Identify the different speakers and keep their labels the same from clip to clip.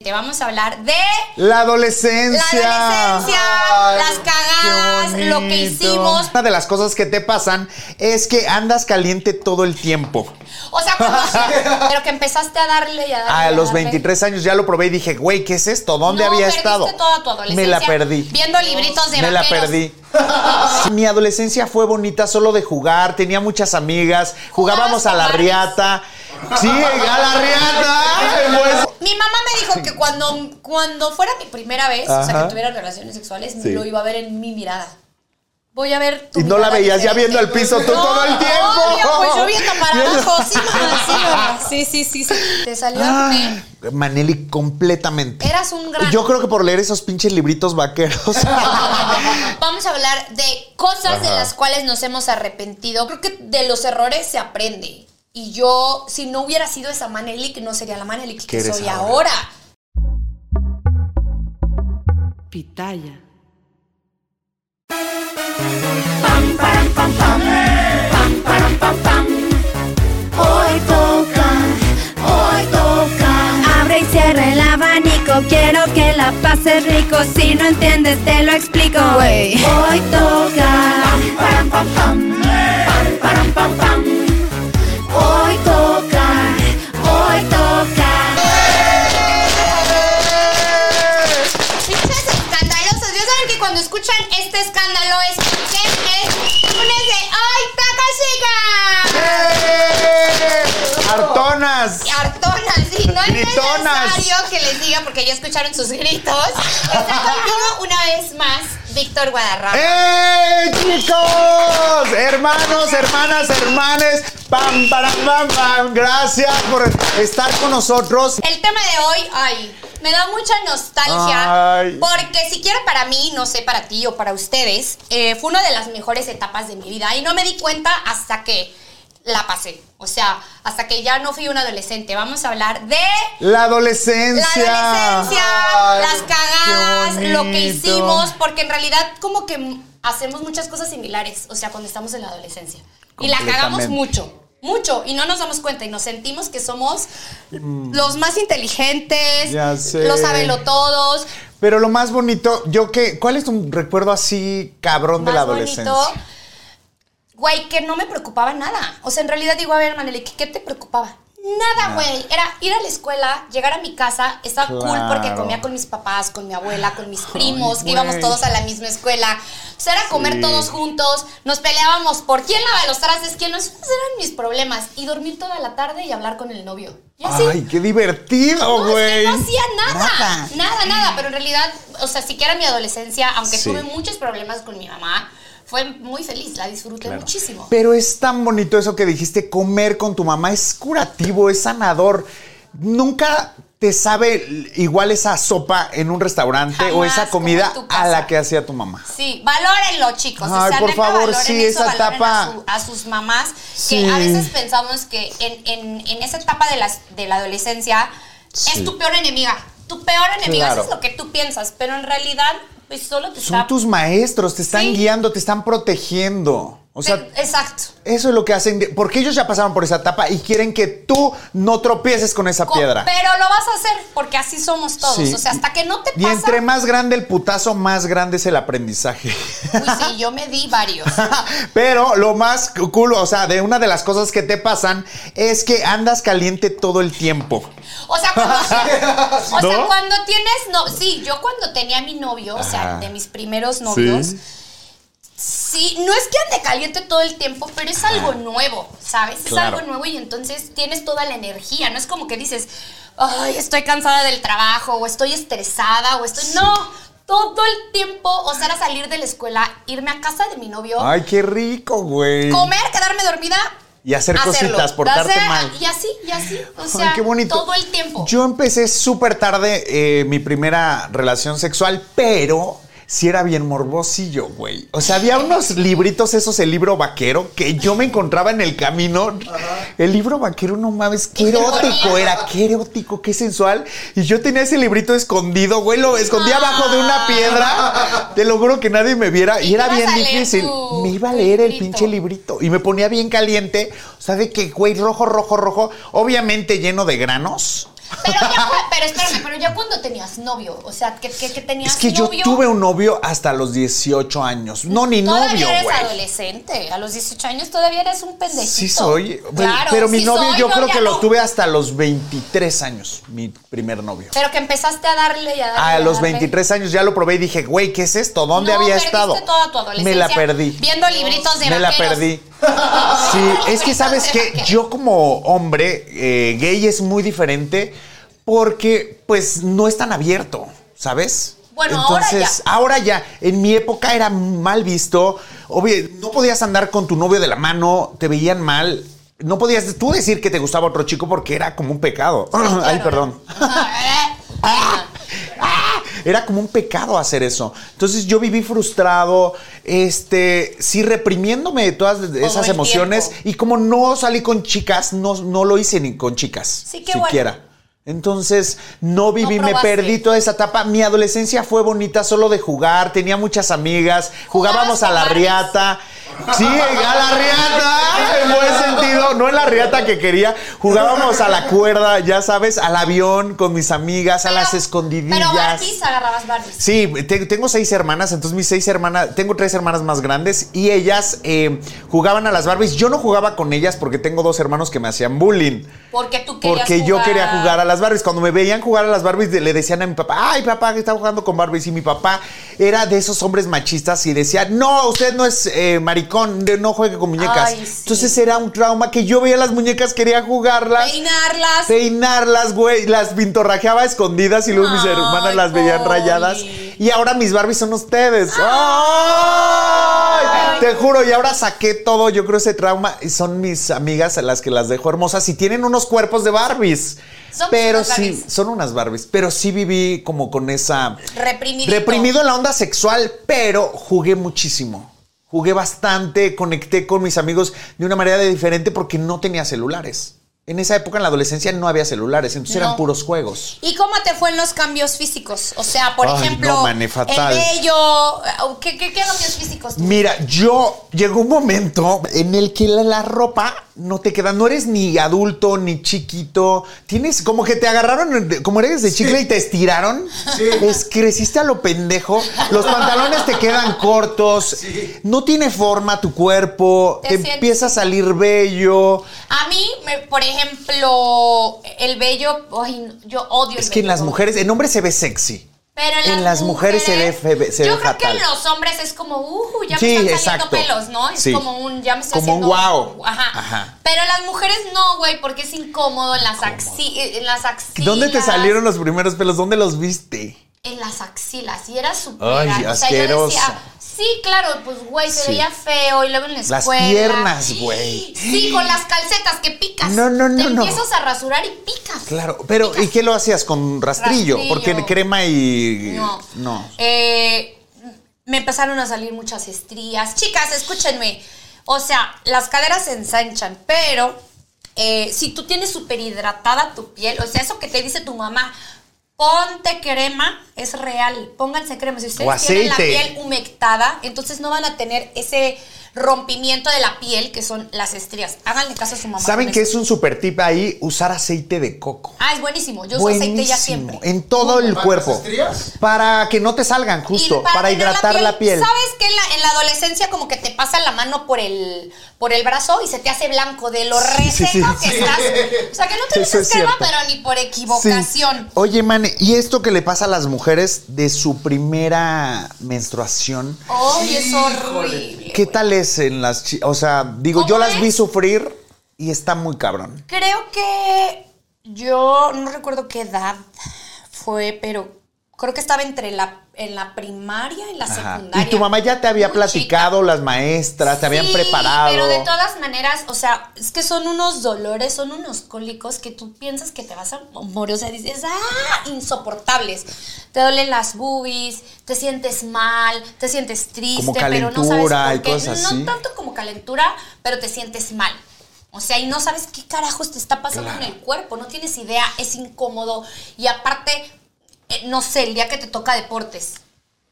Speaker 1: Te vamos a hablar de
Speaker 2: La adolescencia.
Speaker 1: La adolescencia,
Speaker 2: Ay,
Speaker 1: las cagadas,
Speaker 2: qué
Speaker 1: lo que
Speaker 2: bonito.
Speaker 1: hicimos.
Speaker 2: Una de las cosas que te pasan es que andas caliente todo el tiempo.
Speaker 1: o sea, cuando- pero que empezaste a darle y a darle. y
Speaker 2: A los
Speaker 1: darle.
Speaker 2: 23 años ya lo probé y dije, güey, ¿qué es esto? ¿Dónde
Speaker 1: No,
Speaker 2: había
Speaker 1: perdiste
Speaker 2: estado?
Speaker 1: toda tu adolescencia
Speaker 2: Me la perdí.
Speaker 1: Viendo libritos de
Speaker 2: Me la
Speaker 1: vaqueros.
Speaker 2: perdí. Mi adolescencia fue bonita solo de jugar, tenía muchas amigas, jugábamos a la
Speaker 1: con Barbies.
Speaker 2: riata. Sí, a la riata. Pues,
Speaker 1: Mi mamá me dijo que cuando, cuando fuera mi primera vez, o sea,
Speaker 2: Ajá.
Speaker 1: que tuviera relaciones sexuales,
Speaker 2: Sí.
Speaker 1: lo iba a ver en mi mirada. Voy a ver tu
Speaker 2: Y no la
Speaker 1: mirada
Speaker 2: veías ya
Speaker 1: diferente.
Speaker 2: viendo al piso tú
Speaker 1: No,
Speaker 2: todo el tiempo.
Speaker 1: obvio, pues yo viendo para
Speaker 2: Viendo-
Speaker 1: abajo. Sí, mamá, sí, mamá. Sí, sí, sí, sí. Te salió acné.
Speaker 2: Maneli, completamente.
Speaker 1: Eras un gran-
Speaker 2: Ah. Yo creo que por leer esos pinches libritos vaqueros.
Speaker 1: Vamos a hablar de cosas de las cuales nos hemos arrepentido. Creo que de los errores se aprende. Y yo, si no hubiera sido esa Manelik, no sería la Manelik
Speaker 2: ¿Qué
Speaker 1: que
Speaker 2: eres
Speaker 1: soy
Speaker 2: ahora?
Speaker 1: ahora.
Speaker 3: Pitaya.
Speaker 4: Hoy toca, hoy toca. Abre y cierra el abanico, quiero que la pases rico. Si no entiendes, te lo explico. Hoy toca. Hoy toca, hoy toca.
Speaker 1: Pinches escandalosos. Ya saben que cuando escuchan este escándalo es es lunes de ¡Ay, Takashika! ¡Eh!
Speaker 2: Hartonas.
Speaker 1: Hartonas, sí, no es
Speaker 2: Gritonas.
Speaker 1: necesario que les diga porque ya escucharon sus gritos. Está conmigo una vez más Víctor Guadarrama.
Speaker 2: ¡Eh, chicos! Hermanos, hermanas, hermanes. Pam, param, pam, pam. Gracias por estar con nosotros.
Speaker 1: El tema de hoy, ay, me da mucha nostalgia.
Speaker 2: Ay.
Speaker 1: Porque siquiera para mí, no sé para ti o para ustedes, eh, fue una de las mejores etapas de mi vida. Y no me di cuenta hasta que la pasé. O sea, hasta que ya no fui un adolescente. Vamos a hablar de.
Speaker 2: La adolescencia.
Speaker 1: La adolescencia,
Speaker 2: Ay,
Speaker 1: las cagadas,
Speaker 2: qué
Speaker 1: lo
Speaker 2: bonito.
Speaker 1: que hicimos, porque en realidad como que hacemos muchas cosas similares, o sea, cuando estamos en la adolescencia. Y la cagamos
Speaker 2: Completamente.
Speaker 1: mucho, mucho, y no nos damos cuenta, y nos sentimos que somos los más inteligentes,
Speaker 2: Ya sé.
Speaker 1: los sabelotodos,
Speaker 2: Pero lo más bonito, yo que, ¿cuál es tu recuerdo así cabrón de la
Speaker 1: más
Speaker 2: adolescencia?
Speaker 1: bonito. Güey, que no me preocupaba nada. O sea, en realidad digo, a ver, Manelik, ¿qué te preocupaba? Nada, güey. Era ir a la escuela, llegar a mi casa, estaba cool
Speaker 2: Claro.
Speaker 1: porque comía con mis papás, con mi abuela, con mis primos, que
Speaker 2: güey.
Speaker 1: íbamos todos a la misma escuela. O sea, era comer todos juntos, nos peleábamos por quién lava los trastes, quién no. Esos eran mis problemas. Y dormir toda la tarde y hablar con el novio. Y así.
Speaker 2: Ay, qué divertido,
Speaker 1: No, es
Speaker 2: güey.
Speaker 1: que no hacía nada, nada. Nada, pero en realidad, o sea, siquiera mi adolescencia, aunque
Speaker 2: Sí.
Speaker 1: tuve muchos problemas con mi mamá, fue muy feliz, la disfruté muchísimo.
Speaker 2: Pero es tan bonito eso que dijiste, comer con tu mamá es curativo, es sanador. Nunca te sabe igual esa sopa en un restaurante o
Speaker 1: Jamás
Speaker 2: esa comida
Speaker 1: como en tu
Speaker 2: a
Speaker 1: casa.
Speaker 2: la que hacía tu mamá.
Speaker 1: Sí, valórenlo, chicos.
Speaker 2: Ay,
Speaker 1: o sea,
Speaker 2: por
Speaker 1: neta,
Speaker 2: favor,
Speaker 1: valoren
Speaker 2: sí,
Speaker 1: eso,
Speaker 2: esa
Speaker 1: valoren
Speaker 2: etapa.
Speaker 1: A, su- a sus mamás,
Speaker 2: Sí.
Speaker 1: que a veces pensamos que en, en- en esa etapa de, las, de la adolescencia
Speaker 2: Sí.
Speaker 1: es tu peor enemiga. Tu peor enemiga,
Speaker 2: Claro.
Speaker 1: eso es lo que tú piensas, pero en realidad, pues solo te
Speaker 2: Son
Speaker 1: está
Speaker 2: tus maestros, te están
Speaker 1: Sí.
Speaker 2: guiando, te están protegiendo. O sea,
Speaker 1: Te- exacto.
Speaker 2: eso es lo que hacen, de- porque ellos ya pasaron por esa etapa y quieren que tú no tropieces con esa
Speaker 1: Co-
Speaker 2: piedra.
Speaker 1: Pero lo vas a hacer porque así somos todos.
Speaker 2: Sí.
Speaker 1: O sea, hasta que no te
Speaker 2: Y
Speaker 1: pasa.
Speaker 2: entre más grande el putazo, más grande es el aprendizaje.
Speaker 1: Uy, sí, yo me di varios.
Speaker 2: Pero lo más cool, o sea, de una de las cosas que te pasan es que andas caliente todo el tiempo.
Speaker 1: O sea, cuando, o sea,
Speaker 2: ¿No?
Speaker 1: cuando tienes no, sí, yo cuando tenía a mi novio, o sea,
Speaker 2: Ajá.
Speaker 1: de mis primeros novios,
Speaker 2: Sí.
Speaker 1: sí. no es que ande caliente todo el tiempo, pero es algo nuevo, ¿sabes? Es
Speaker 2: Claro.
Speaker 1: algo nuevo y entonces tienes toda la energía, no es como que dices, "Ay, estoy cansada del trabajo o estoy estresada o estoy no, todo el tiempo, o sea, era salir de la escuela, irme a casa de mi novio,
Speaker 2: Ay, qué rico, güey.
Speaker 1: comer, quedarme dormida
Speaker 2: Y hacer cositas, portarte
Speaker 1: Hacer-
Speaker 2: mal.
Speaker 1: Y así, y así. O
Speaker 2: Ay,
Speaker 1: sea,
Speaker 2: qué bonito.
Speaker 1: todo el tiempo.
Speaker 2: Yo empecé súper tarde eh, mi primera relación sexual, pero sí era bien morbosillo, güey. O sea, había unos libritos, esos, el libro vaquero, que yo me encontraba en el camino. El libro vaquero, no mames, qué
Speaker 1: Y te
Speaker 2: erótico
Speaker 1: ponías.
Speaker 2: era, qué erótico, qué sensual. Y yo tenía ese librito escondido, güey, lo escondí abajo de una piedra. Te lo juro que nadie me viera. Y,
Speaker 1: Y
Speaker 2: era
Speaker 1: ibas
Speaker 2: bien
Speaker 1: a leer
Speaker 2: difícil.
Speaker 1: tu-
Speaker 2: Me iba a
Speaker 1: tu
Speaker 2: leer el
Speaker 1: librito.
Speaker 2: pinche librito y me ponía bien caliente. O sea, de que, güey, rojo, rojo, rojo. Obviamente lleno de granos.
Speaker 1: Pero ya, cu- pero espérame, pero ya cuando tenías novio, o sea, que, que, que tenías
Speaker 2: Es que yo
Speaker 1: novio.
Speaker 2: tuve un novio hasta los 18 años. No, ni
Speaker 1: Todavía
Speaker 2: novio,
Speaker 1: eres
Speaker 2: güey.
Speaker 1: adolescente, a los 18 años todavía eres un pendejito.
Speaker 2: Sí soy. güey,
Speaker 1: Claro,
Speaker 2: pero mi
Speaker 1: sí
Speaker 2: novio
Speaker 1: soy,
Speaker 2: yo creo
Speaker 1: novia
Speaker 2: que
Speaker 1: no.
Speaker 2: lo tuve hasta los 23 años, mi primer novio.
Speaker 1: Pero que empezaste a darle y a darle. y
Speaker 2: A los
Speaker 1: darle.
Speaker 2: 23 años ya lo probé y dije, güey, ¿qué es esto? ¿Dónde
Speaker 1: No,
Speaker 2: había
Speaker 1: perdiste
Speaker 2: estado?
Speaker 1: toda tu adolescencia
Speaker 2: Me la perdí.
Speaker 1: Viendo libritos de
Speaker 2: Me la
Speaker 1: vaqueros.
Speaker 2: perdí. Sí, es que sabes que yo como hombre eh, gay es muy diferente porque pues no es tan abierto, ¿sabes?
Speaker 1: Bueno, ahora
Speaker 2: Entonces,
Speaker 1: ya.
Speaker 2: ahora ya, en mi época era mal visto, obvio, no podías andar con tu novio de la mano, te veían mal, no podías tú decir que te gustaba otro chico porque era como un pecado. Ay,
Speaker 1: Claro.
Speaker 2: perdón.
Speaker 1: Ah,
Speaker 2: ¡Ah! Era como un pecado hacer eso. Entonces yo viví frustrado, este, sí reprimiéndome de todas esas
Speaker 1: el
Speaker 2: emociones.
Speaker 1: tiempo.
Speaker 2: Y como no salí con chicas, no, no lo hice ni con chicas.
Speaker 1: Sí, qué
Speaker 2: siquiera. Entonces no viví, me
Speaker 1: probaste.
Speaker 2: perdí toda esa etapa. Mi adolescencia fue bonita solo de jugar, tenía muchas amigas, jugábamos
Speaker 1: ¿Jugabas
Speaker 2: a la
Speaker 1: con Barbies?
Speaker 2: riata. Sí, a la riata, en buen sentido, no en la riata que quería. Jugábamos a la cuerda, ya sabes, al avión con mis amigas, a
Speaker 1: pero-
Speaker 2: las escondidillas.
Speaker 1: Pero Barbies agarrabas Barbies.
Speaker 2: Sí, te- tengo seis hermanas, entonces mis seis hermanas, tengo tres hermanas más grandes y ellas eh, jugaban a las Barbies. Yo no jugaba con ellas porque tengo dos hermanos que me hacían bullying.
Speaker 1: Porque tú querías
Speaker 2: Porque yo
Speaker 1: jugar.
Speaker 2: quería jugar a las Barbies. Cuando me veían jugar a las Barbies, de- le decían a mi papá, ay papá, que está jugando con Barbies. Y mi papá era de esos hombres machistas y decía, no, usted no es eh, maricón, de- no juegue con muñecas.
Speaker 1: Ay, sí.
Speaker 2: Entonces era un trauma que yo veía las muñecas, quería jugarlas.
Speaker 1: Peinarlas.
Speaker 2: Peinarlas, güey. Las pintorrajeaba a escondidas y luego mis
Speaker 1: Ay,
Speaker 2: hermanas las veían
Speaker 1: Poli.
Speaker 2: rayadas. Y ahora mis Barbies son ustedes. ¡Ay! Te juro, y ahora saqué todo, yo creo, ese trauma. Y son mis amigas a las que las dejo hermosas y tienen unos cuerpos de Barbies.
Speaker 1: Somos
Speaker 2: pero
Speaker 1: unas
Speaker 2: sí,
Speaker 1: Barbies.
Speaker 2: son unas Barbies. Pero sí viví como con esa.
Speaker 1: Reprimidito.
Speaker 2: Reprimido en la onda sexual, pero jugué muchísimo. Jugué bastante, conecté con mis amigos de una manera de diferente porque no tenía celulares. En esa época, en la adolescencia, no había celulares, entonces eran
Speaker 1: No.
Speaker 2: puros juegos.
Speaker 1: ¿Y cómo te fue en los cambios físicos? O sea, por
Speaker 2: Ay,
Speaker 1: ejemplo,
Speaker 2: no, mané, fatal.
Speaker 1: el vello, ¿qué, qué, qué cambios físicos? tuviste?
Speaker 2: Mira, yo llegó un momento en el que la, la ropa no te queda, no eres ni adulto ni chiquito, tienes como que te agarraron, de- como eres de chicle y te estiraron, es, creciste a lo pendejo, los pantalones te quedan cortos, no tiene forma tu cuerpo,
Speaker 1: Te
Speaker 2: te
Speaker 1: sientes-
Speaker 2: empieza a salir bello.
Speaker 1: A mí, me- por ejemplo, el vello, ay, yo odio el
Speaker 2: Es que en
Speaker 1: vello.
Speaker 2: las mujeres, en hombres se ve sexy.
Speaker 1: Pero en las,
Speaker 2: en las mujeres se ve fe- se
Speaker 1: Yo
Speaker 2: ve
Speaker 1: creo que
Speaker 2: fatal.
Speaker 1: en los hombres es como, uh, ya me
Speaker 2: Sí,
Speaker 1: están saliendo
Speaker 2: exacto.
Speaker 1: pelos, ¿no? Es
Speaker 2: Sí.
Speaker 1: como un, ya me estoy
Speaker 2: Como un
Speaker 1: haciendo-
Speaker 2: guau.
Speaker 1: Ajá.
Speaker 2: Ajá.
Speaker 1: Pero en las mujeres no, güey, porque es incómodo en las, axi- eh, en las axilas.
Speaker 2: ¿Dónde te salieron los primeros pelos? ¿Dónde los viste?
Speaker 1: en las axilas y era súper
Speaker 2: Ay,
Speaker 1: o sea,
Speaker 2: asqueroso.
Speaker 1: yo decía, sí, claro, pues güey, se
Speaker 2: Sí.
Speaker 1: veía feo y luego en la
Speaker 2: Las
Speaker 1: escuela.
Speaker 2: piernas, güey.
Speaker 1: Sí, con las calcetas que picas.
Speaker 2: No, no, no,
Speaker 1: Te
Speaker 2: no.
Speaker 1: empiezas a rasurar y picas.
Speaker 2: Claro, pero ¿y qué lo hacías con rastrillo?
Speaker 1: Rastrillo.
Speaker 2: Porque crema y
Speaker 1: No.
Speaker 2: no.
Speaker 1: Eh, me empezaron a salir muchas estrías. Chicas, escúchenme. O sea, las caderas se ensanchan, pero eh, si tú tienes súper hidratada tu piel, o sea, eso que te dice tu mamá, ponte crema, es real. Pónganse crema. Si ustedes
Speaker 2: O
Speaker 1: tienen la
Speaker 2: aceite.
Speaker 1: piel humectada, entonces no van a tener ese rompimiento de la piel, que son las estrías. Háganle caso a su mamá.
Speaker 2: ¿Saben
Speaker 1: con este
Speaker 2: que
Speaker 1: eso.
Speaker 2: es un super tip ahí? Usar aceite de coco.
Speaker 1: Ah, es buenísimo. Yo uso aceite ya siempre.
Speaker 2: En todo el
Speaker 5: ¿Para
Speaker 2: cuerpo.
Speaker 5: las estrías?
Speaker 2: Para que no te salgan,
Speaker 1: Y
Speaker 2: justo. Para,
Speaker 1: tener
Speaker 2: hidratar la piel.
Speaker 1: ¿Sabes que en la, en la adolescencia como que te pasa la mano por el, por el brazo y se te hace blanco de lo
Speaker 2: Sí, sí,
Speaker 1: reseco
Speaker 2: sí.
Speaker 1: que estás? O sea, que no te
Speaker 2: Eso
Speaker 1: ves
Speaker 2: es cierto.
Speaker 1: pero ni por
Speaker 2: Sí.
Speaker 1: equivocación.
Speaker 2: Oye, man, ¿y esto que le pasa a las mujeres de su primera menstruación?
Speaker 1: ¡Ay, es
Speaker 5: Híjole.
Speaker 1: horrible!
Speaker 2: ¿Qué tal es en las chicas? O sea, digo, yo
Speaker 1: ¿Cómo
Speaker 2: las vi
Speaker 1: es?
Speaker 2: sufrir y está muy cabrón.
Speaker 1: Creo que yo no recuerdo qué edad fue, pero creo que estaba entre la en la primaria y la
Speaker 2: Ajá.
Speaker 1: secundaria.
Speaker 2: Y tu mamá ya te había
Speaker 1: Muy
Speaker 2: platicado, las maestras te habían
Speaker 1: Sí,
Speaker 2: preparado.
Speaker 1: Pero de todas maneras, o sea, es que son unos dolores, son unos cólicos que tú piensas que te vas a morir. O sea, dices, ¡ah! Insoportables. Te duelen las boobies, te sientes mal, te sientes triste,
Speaker 2: Como
Speaker 1: pero no sabes
Speaker 2: calentura
Speaker 1: por
Speaker 2: y
Speaker 1: qué.
Speaker 2: cosas así.
Speaker 1: No tanto como calentura, pero te sientes mal. O sea, y no sabes qué carajos te está pasando en el cuerpo, no tienes idea, es incómodo. Y aparte, eh, no sé, el día que te toca deportes.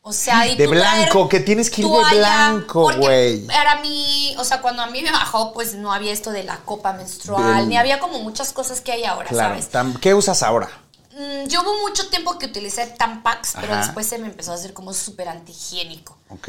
Speaker 1: O sea, y
Speaker 2: De
Speaker 1: tú traer
Speaker 2: blanco, que tienes que ir de blanco,
Speaker 1: porque
Speaker 2: güey.
Speaker 1: Para mí, o sea, cuando a mí me bajó, pues no había esto de la copa menstrual,
Speaker 2: Del-
Speaker 1: ni había como muchas cosas que hay ahora,
Speaker 2: claro.
Speaker 1: ¿sabes?
Speaker 2: tam- ¿Qué usas ahora?
Speaker 1: Mm, yo hubo mucho tiempo que utilicé Tampax, pero
Speaker 2: Ajá.
Speaker 1: después se me empezó a hacer como súper antihigiénico.
Speaker 2: Ok.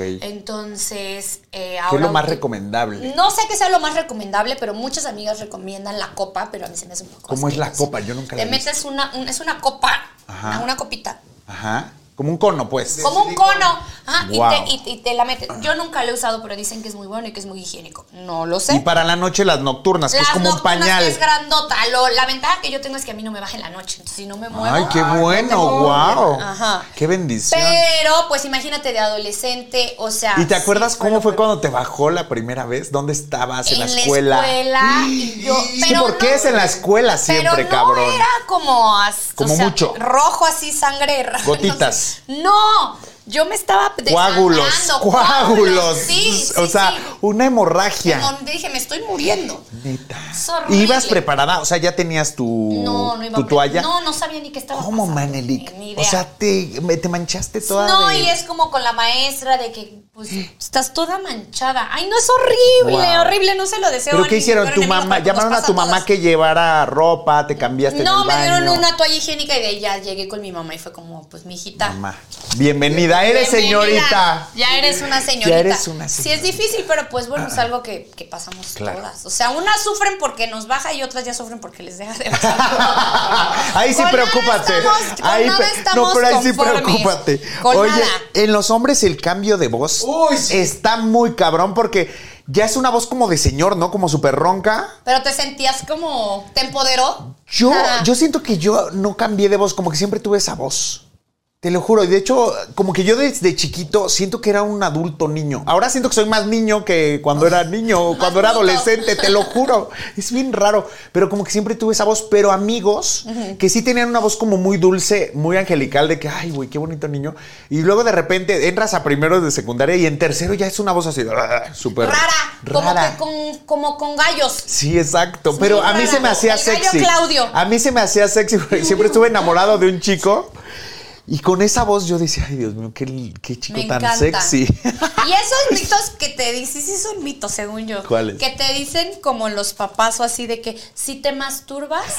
Speaker 1: Entonces, eh, ahora...
Speaker 2: ¿Qué es lo más
Speaker 1: util-
Speaker 2: recomendable?
Speaker 1: No sé qué sea lo más recomendable, pero muchas amigas recomiendan la copa, pero a mí se me hace un poco
Speaker 2: ¿Cómo es la
Speaker 1: asqueroso.
Speaker 2: copa? Yo nunca la
Speaker 1: Te
Speaker 2: he
Speaker 1: metes una, un- es una copa,
Speaker 2: Ajá.
Speaker 1: una copita,
Speaker 2: Ajá. Como un cono, pues.
Speaker 1: como un cono. Ajá, y
Speaker 2: Guau.
Speaker 1: te- y, te, y te la metes. Yo nunca lo he usado, pero dicen que es muy bueno y que es muy higiénico. No lo sé.
Speaker 2: Y para la noche las nocturnas, que es
Speaker 1: Las
Speaker 2: Pues como un
Speaker 1: nocturnas
Speaker 2: pañal.
Speaker 1: que es grandota. Lo- la ventaja que yo tengo es que a mí no me baja en la noche. Entonces, si no me muevo.
Speaker 2: Ay, qué bueno, wow.
Speaker 1: Ajá.
Speaker 2: Qué bendición.
Speaker 1: Pero, pues imagínate de adolescente, o sea.
Speaker 2: ¿Y te acuerdas
Speaker 1: sí,
Speaker 2: cómo
Speaker 1: lo
Speaker 2: fue
Speaker 1: peor.
Speaker 2: cuando te bajó la primera vez? ¿Dónde estabas? En,
Speaker 1: En
Speaker 2: la escuela.
Speaker 1: y yo.
Speaker 2: Sí,
Speaker 1: Pero
Speaker 2: ¿Por qué
Speaker 1: no-
Speaker 2: es en la escuela siempre,
Speaker 1: pero no
Speaker 2: cabrón?
Speaker 1: Era como, as-
Speaker 2: Como mucho.
Speaker 1: Rojo así, sangre. ra-
Speaker 2: Gotitas.
Speaker 1: No, sé. No, yo me estaba
Speaker 2: Coágulos,
Speaker 1: desangrando,
Speaker 2: coágulos.
Speaker 1: Sí, sí,
Speaker 2: o sea,
Speaker 1: sí.
Speaker 2: una hemorragia.
Speaker 1: Como dije, me estoy muriendo.
Speaker 2: Neta.
Speaker 1: Es horrible.
Speaker 2: ¿Ibas preparada? O sea, ya tenías tu,
Speaker 1: No, no iba
Speaker 2: tu
Speaker 1: a-
Speaker 2: toalla.
Speaker 1: No, no sabía ni qué estaba
Speaker 2: ¿Cómo,
Speaker 1: pasando,
Speaker 2: Manelik?
Speaker 1: Ni idea.
Speaker 2: O sea, te, me- te manchaste toda
Speaker 1: No,
Speaker 2: de-
Speaker 1: y es como con la maestra de que pues estás toda manchada. Ay, no es horrible,
Speaker 2: Wow.
Speaker 1: horrible, no se lo deseo.
Speaker 2: ¿Pero
Speaker 1: a
Speaker 2: qué
Speaker 1: mi
Speaker 2: hicieron?
Speaker 1: peor
Speaker 2: ¿Tu
Speaker 1: enemigo,
Speaker 2: mamá?
Speaker 1: pero pues
Speaker 2: ¿Llamaron
Speaker 1: nos
Speaker 2: a tu
Speaker 1: pasa
Speaker 2: mamá
Speaker 1: todas.
Speaker 2: que llevara ropa? ¿Te cambiaste en
Speaker 1: No,
Speaker 2: el
Speaker 1: me dieron
Speaker 2: baño?
Speaker 1: una toalla higiénica y de ahí ya llegué con mi mamá y fue como, pues, mi hijita.
Speaker 2: Mamá. Bienvenida, eres señorita.
Speaker 1: Ya eres una señorita.
Speaker 2: eres una Ah.
Speaker 1: Sí, es difícil, pero pues bueno, es algo que, que pasamos
Speaker 2: Claro.
Speaker 1: todas. O sea, unas sufren porque nos baja y otras ya sufren porque les deja de bajar.
Speaker 2: ahí sí
Speaker 1: Con nada
Speaker 2: preocúpate.
Speaker 1: estamos- con
Speaker 2: Ahí
Speaker 1: nada
Speaker 2: pe-
Speaker 1: estamos
Speaker 2: no, pero ahí sí
Speaker 1: conformes.
Speaker 2: preocúpate.
Speaker 1: Con
Speaker 2: Oye,
Speaker 1: nada.
Speaker 2: en los hombres el cambio de voz
Speaker 5: Uy, sí.
Speaker 2: está muy cabrón porque ya es una voz como de señor, ¿no? Como súper ronca.
Speaker 1: Pero te sentías como, ¿te empoderó?
Speaker 2: Yo,
Speaker 1: Ah.
Speaker 2: yo siento que yo no cambié de voz, como que siempre tuve esa voz. Te lo juro. Y de hecho, como que yo desde chiquito siento que era un adulto niño. Ahora siento que soy más niño que cuando era niño o cuando era
Speaker 1: niño.
Speaker 2: adolescente, te lo juro. Es bien raro. Pero como que siempre tuve esa voz. Pero amigos que sí tenían una voz como muy dulce, muy angelical, de que, ay, güey, qué bonito niño. Y luego de repente entras a primero de secundaria y en tercero ya es una voz así, ah, súper
Speaker 1: Rara,
Speaker 2: rara.
Speaker 1: Como, que con, como con gallos.
Speaker 2: Sí, exacto.
Speaker 1: Es
Speaker 2: Pero
Speaker 1: muy
Speaker 2: a mí
Speaker 1: rara.
Speaker 2: se me hacía
Speaker 1: El gallo
Speaker 2: sexy.
Speaker 1: Claudio.
Speaker 2: A mí se me hacía sexy porque siempre estuve enamorado de un chico. Y con esa voz yo decía, ay Dios mío, qué, qué chico
Speaker 1: Me
Speaker 2: tan
Speaker 1: encanta.
Speaker 2: sexy.
Speaker 1: Y esos mitos que te dicen, sí son mitos, según yo.
Speaker 2: ¿Cuáles?
Speaker 1: Que te dicen como los papás o así de que si te masturbas,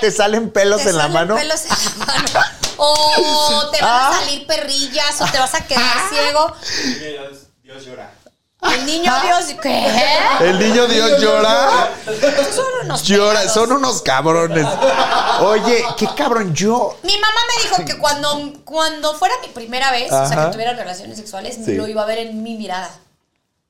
Speaker 2: te salen pelos
Speaker 1: te
Speaker 2: en la
Speaker 1: salen
Speaker 2: mano.
Speaker 1: pelos en la mano. O te van
Speaker 2: Ah.
Speaker 1: a salir perrillas o te vas a quedar ciego.
Speaker 5: Dios llora.
Speaker 1: El niño
Speaker 2: Ah.
Speaker 1: Dios, ¿qué?
Speaker 2: El niño Dios llora.
Speaker 1: Estos Son unos
Speaker 2: Llora,
Speaker 1: pegados.
Speaker 2: son unos cabrones. Oye, qué cabrón. Yo
Speaker 1: Mi mamá me dijo que cuando, cuando fuera mi primera vez, o sea,
Speaker 2: Ajá.
Speaker 1: que tuviera relaciones sexuales,
Speaker 2: Sí.
Speaker 1: lo iba a ver en mi mirada.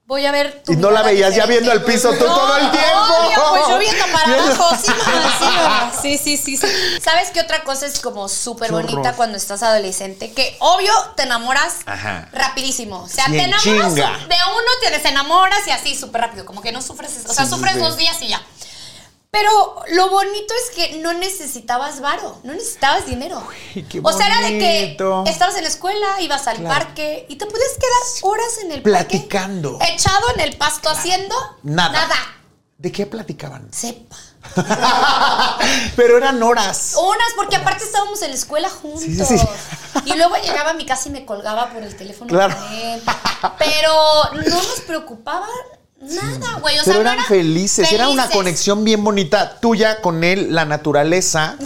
Speaker 1: Voy a ver tu
Speaker 2: Y no la
Speaker 1: mirada
Speaker 2: veías ya
Speaker 1: diferente.
Speaker 2: viendo el piso tú
Speaker 1: No,
Speaker 2: todo el tiempo.
Speaker 1: obvio, pues yo viendo para
Speaker 2: Viendo-
Speaker 1: abajo. Sí, mamá, sí, mamá. Sí, sí, sí, sí. ¿Sabes qué otra cosa es como súper
Speaker 2: Qué
Speaker 1: bonita
Speaker 2: horror.
Speaker 1: cuando estás adolescente? Que obvio te enamoras
Speaker 2: Ajá.
Speaker 1: rapidísimo. O sea,
Speaker 2: Sí,
Speaker 1: te
Speaker 2: en
Speaker 1: enamoras
Speaker 2: chinga.
Speaker 1: de uno, te desenamoras y así súper rápido. Como que no sufres, o sea,
Speaker 2: Sí, sí,
Speaker 1: sufres
Speaker 2: sí.
Speaker 1: dos días y ya. Pero lo bonito es que no necesitabas varo, no necesitabas dinero.
Speaker 2: Uy, qué
Speaker 1: o sea, era de
Speaker 2: bonito.
Speaker 1: que estabas en la escuela, ibas al
Speaker 2: Claro.
Speaker 1: parque y te podías quedar horas en el
Speaker 2: Platicando.
Speaker 1: parque. Echado en el pasto haciendo
Speaker 2: nada.
Speaker 1: Nada.
Speaker 2: ¿De qué platicaban?
Speaker 1: Sepa.
Speaker 2: Pero eran horas.
Speaker 1: Unas, porque aparte estábamos en la escuela juntos.
Speaker 2: Sí, sí, sí.
Speaker 1: Y luego llegaba a mi casa y me colgaba por el teléfono
Speaker 2: Claro.
Speaker 1: con él. Pero no nos preocupaba nada, güey. O sea,
Speaker 2: Pero
Speaker 1: no
Speaker 2: eran
Speaker 1: era-
Speaker 2: felices. era una
Speaker 1: felices.
Speaker 2: conexión bien bonita tuya con él, la naturaleza.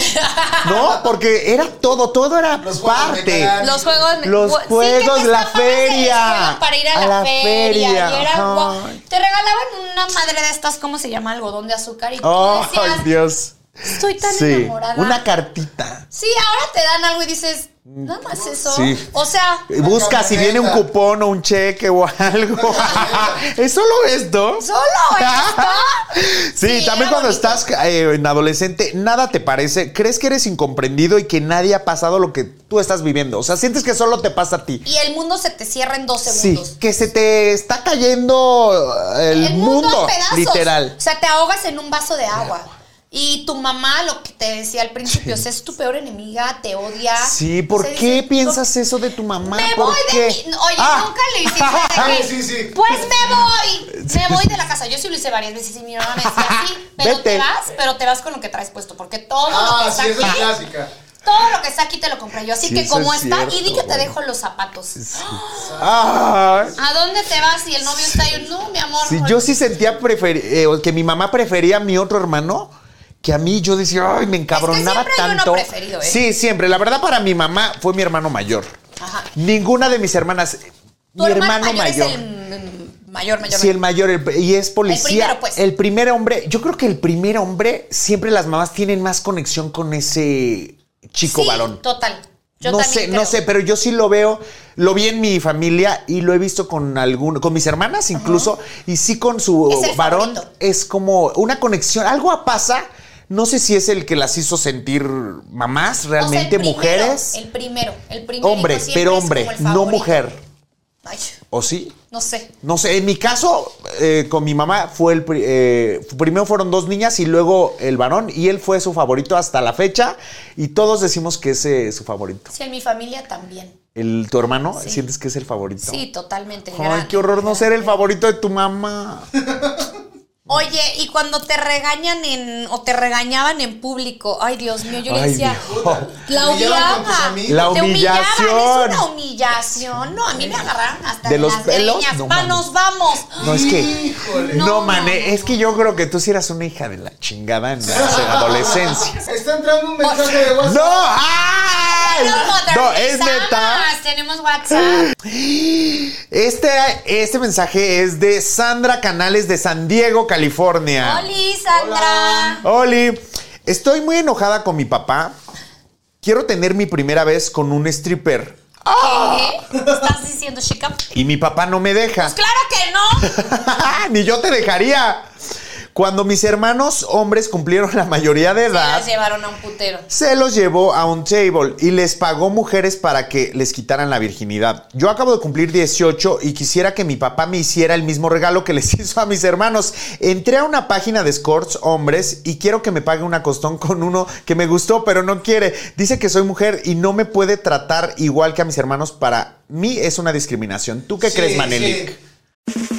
Speaker 2: ¿No? Porque era todo, todo era
Speaker 5: Los juegos de
Speaker 2: parte.
Speaker 5: cagar.
Speaker 1: Los juegos. me-
Speaker 2: Los
Speaker 1: sí, que te
Speaker 2: juegos, la
Speaker 1: escapabas del
Speaker 2: feria.
Speaker 1: escuela Para ir a,
Speaker 2: A
Speaker 1: la,
Speaker 2: la
Speaker 1: feria. y
Speaker 2: feria,
Speaker 1: era guau.
Speaker 2: ay.
Speaker 1: te regalaban una madre de estas, ¿cómo se llama? Algodón de azúcar. Y tú
Speaker 2: Oh,
Speaker 1: decías,
Speaker 2: ay, Dios.
Speaker 1: estoy tan
Speaker 2: Sí.
Speaker 1: enamorada.
Speaker 2: Una cartita.
Speaker 1: Sí, ahora te dan algo y dices, nada más eso.
Speaker 2: Sí.
Speaker 1: O sea,
Speaker 2: Y Busca si viene un
Speaker 5: camioneta.
Speaker 2: cupón o un cheque o algo. ¿Es solo esto?
Speaker 1: solo esto.
Speaker 2: Sí,
Speaker 1: Sí,
Speaker 2: también
Speaker 1: era
Speaker 2: cuando
Speaker 1: bonito.
Speaker 2: estás eh, en adolescente, nada te parece. Crees que eres incomprendido y que nadie ha pasado lo que tú estás viviendo. O sea, sientes que solo te pasa a ti.
Speaker 1: Y el mundo se te cierra en dos
Speaker 2: Sí,
Speaker 1: segundos.
Speaker 2: que se te está cayendo el, mundo,
Speaker 1: a pedazos.
Speaker 2: literal.
Speaker 1: O sea, te ahogas en un vaso de agua. Y tu mamá, lo que te decía al principio, o sea, es tu peor enemiga, te odia.
Speaker 2: Sí,
Speaker 1: O
Speaker 2: ¿por
Speaker 1: sea,
Speaker 2: qué
Speaker 1: dices,
Speaker 2: piensas eso de tu mamá?
Speaker 1: Me
Speaker 2: ¿Por
Speaker 1: voy
Speaker 2: qué?
Speaker 1: de mi. Oye,
Speaker 2: Ah.
Speaker 1: nunca le hiciste de que,
Speaker 5: Sí, sí, sí.
Speaker 1: Pues me voy. Me voy de la casa. Yo sí lo hice varias veces y mi mamá me decía, sí, pero
Speaker 2: Vete.
Speaker 1: te vas, pero te vas con lo que traes puesto. Porque todo lo que
Speaker 5: Ah,
Speaker 1: está
Speaker 5: sí, es la
Speaker 1: aquí.
Speaker 5: clásica.
Speaker 1: Todo lo que está aquí te lo compré yo. Así
Speaker 2: Sí,
Speaker 1: que
Speaker 2: eso
Speaker 1: como
Speaker 2: es
Speaker 1: está, y
Speaker 2: cierto,
Speaker 1: di que te
Speaker 2: güey.
Speaker 1: dejo los zapatos.
Speaker 2: Ah.
Speaker 1: ¿A dónde te vas? Y el novio está ahí. No, mi amor.
Speaker 2: Sí,
Speaker 1: no".
Speaker 2: yo sí sentía preferi- eh, o que mi mamá prefería a mi otro hermano que a mí. Yo decía, ay, me encabronaba
Speaker 1: siempre hay uno
Speaker 2: tanto.
Speaker 1: preferido, ¿eh?
Speaker 2: Sí, siempre. La verdad, para mi mamá fue mi hermano mayor.
Speaker 1: Ajá.
Speaker 2: Ninguna de mis hermanas.
Speaker 1: Tu
Speaker 2: mi
Speaker 1: hermano, mayor, es el mm, mayor, mayor.
Speaker 2: Sí, el mayor, el- y es policía.
Speaker 1: primero, pues.
Speaker 2: El primer hombre, yo creo que el primer hombre, siempre las mamás tienen más conexión con ese chico
Speaker 1: Sí,
Speaker 2: varón.
Speaker 1: Total. Yo
Speaker 2: no
Speaker 1: también
Speaker 2: sé,
Speaker 1: creo.
Speaker 2: no sé, pero yo sí lo veo, lo vi en mi familia y lo he visto con algún, con mis hermanas incluso, y sí con su
Speaker 1: Es el
Speaker 2: varón
Speaker 1: favorito.
Speaker 2: es como una conexión, algo pasa, no sé si es el que las hizo sentir mamás
Speaker 1: O sea, el
Speaker 2: realmente,
Speaker 1: primero,
Speaker 2: mujeres,
Speaker 1: El primero, el primero.
Speaker 2: hombres, pero hombre, no mujer,
Speaker 1: Ay,
Speaker 2: ¿o sí?
Speaker 1: no sé.
Speaker 2: No sé, en mi caso, eh, con mi mamá fue el pri- eh, primero fueron dos niñas y luego el varón, y él fue su favorito hasta la fecha, y todos decimos que ese es eh, su favorito.
Speaker 1: Sí, en mi familia también.
Speaker 2: El, tu hermano,
Speaker 1: Sí.
Speaker 2: sientes que es el favorito.
Speaker 1: Sí, totalmente.
Speaker 2: Ay,
Speaker 1: gran-
Speaker 2: qué horror no
Speaker 1: gran-
Speaker 2: ser el favorito de tu mamá.
Speaker 1: Oye, y cuando te regañan en o te regañaban en público, ay Dios mío, yo le
Speaker 2: Ay,
Speaker 1: decía,
Speaker 2: Dios.
Speaker 1: la
Speaker 5: Te humillaban con tus
Speaker 1: odiaba.
Speaker 5: amigos.
Speaker 2: La
Speaker 1: Te humillaban,
Speaker 2: humillación.
Speaker 1: es una humillación. No, a mí me agarraron hasta
Speaker 2: ¿De
Speaker 1: de
Speaker 2: los
Speaker 1: las
Speaker 2: pelos?
Speaker 1: greñas.
Speaker 2: No,
Speaker 1: Pa,
Speaker 2: mami.
Speaker 1: nos vamos.
Speaker 2: No, es que.
Speaker 5: Híjole.
Speaker 2: No,
Speaker 1: No,
Speaker 2: mané,
Speaker 1: no, no.
Speaker 2: es que yo creo que tú sí eras una hija de la chingada en la adolescencia.
Speaker 5: Está entrando un mensaje de
Speaker 2: ¡No!
Speaker 5: WhatsApp.
Speaker 2: ¡Ay!
Speaker 1: Nos
Speaker 2: No, es neta.
Speaker 1: modernizamos, Tenemos WhatsApp.
Speaker 2: Este, este mensaje es de Sandra Canales de San Diego, California.
Speaker 1: Oli, Sandra.
Speaker 2: Oli, estoy muy enojada con mi papá. Quiero tener mi primera vez con un stripper Ah.
Speaker 1: ¿Qué? ¿Estás diciendo, chica?
Speaker 2: y mi papá no me deja.
Speaker 1: Pues claro que no.
Speaker 2: Ni yo te dejaría. Cuando mis hermanos hombres cumplieron la mayoría de
Speaker 1: Se las
Speaker 2: edad,
Speaker 1: llevaron a un putero.
Speaker 2: se los llevó a un table y les pagó mujeres para que les quitaran la virginidad. Yo acabo de cumplir 18 y quisiera que mi papá me hiciera el mismo regalo que les hizo a mis hermanos. Entré a una página de escorts hombres y quiero que me pague una costón con uno que me gustó, pero no quiere. Dice que soy mujer y no me puede tratar igual que a mis hermanos. Para mí es una discriminación. ¿Tú qué
Speaker 5: Sí,
Speaker 2: crees, Manelik?
Speaker 5: sí.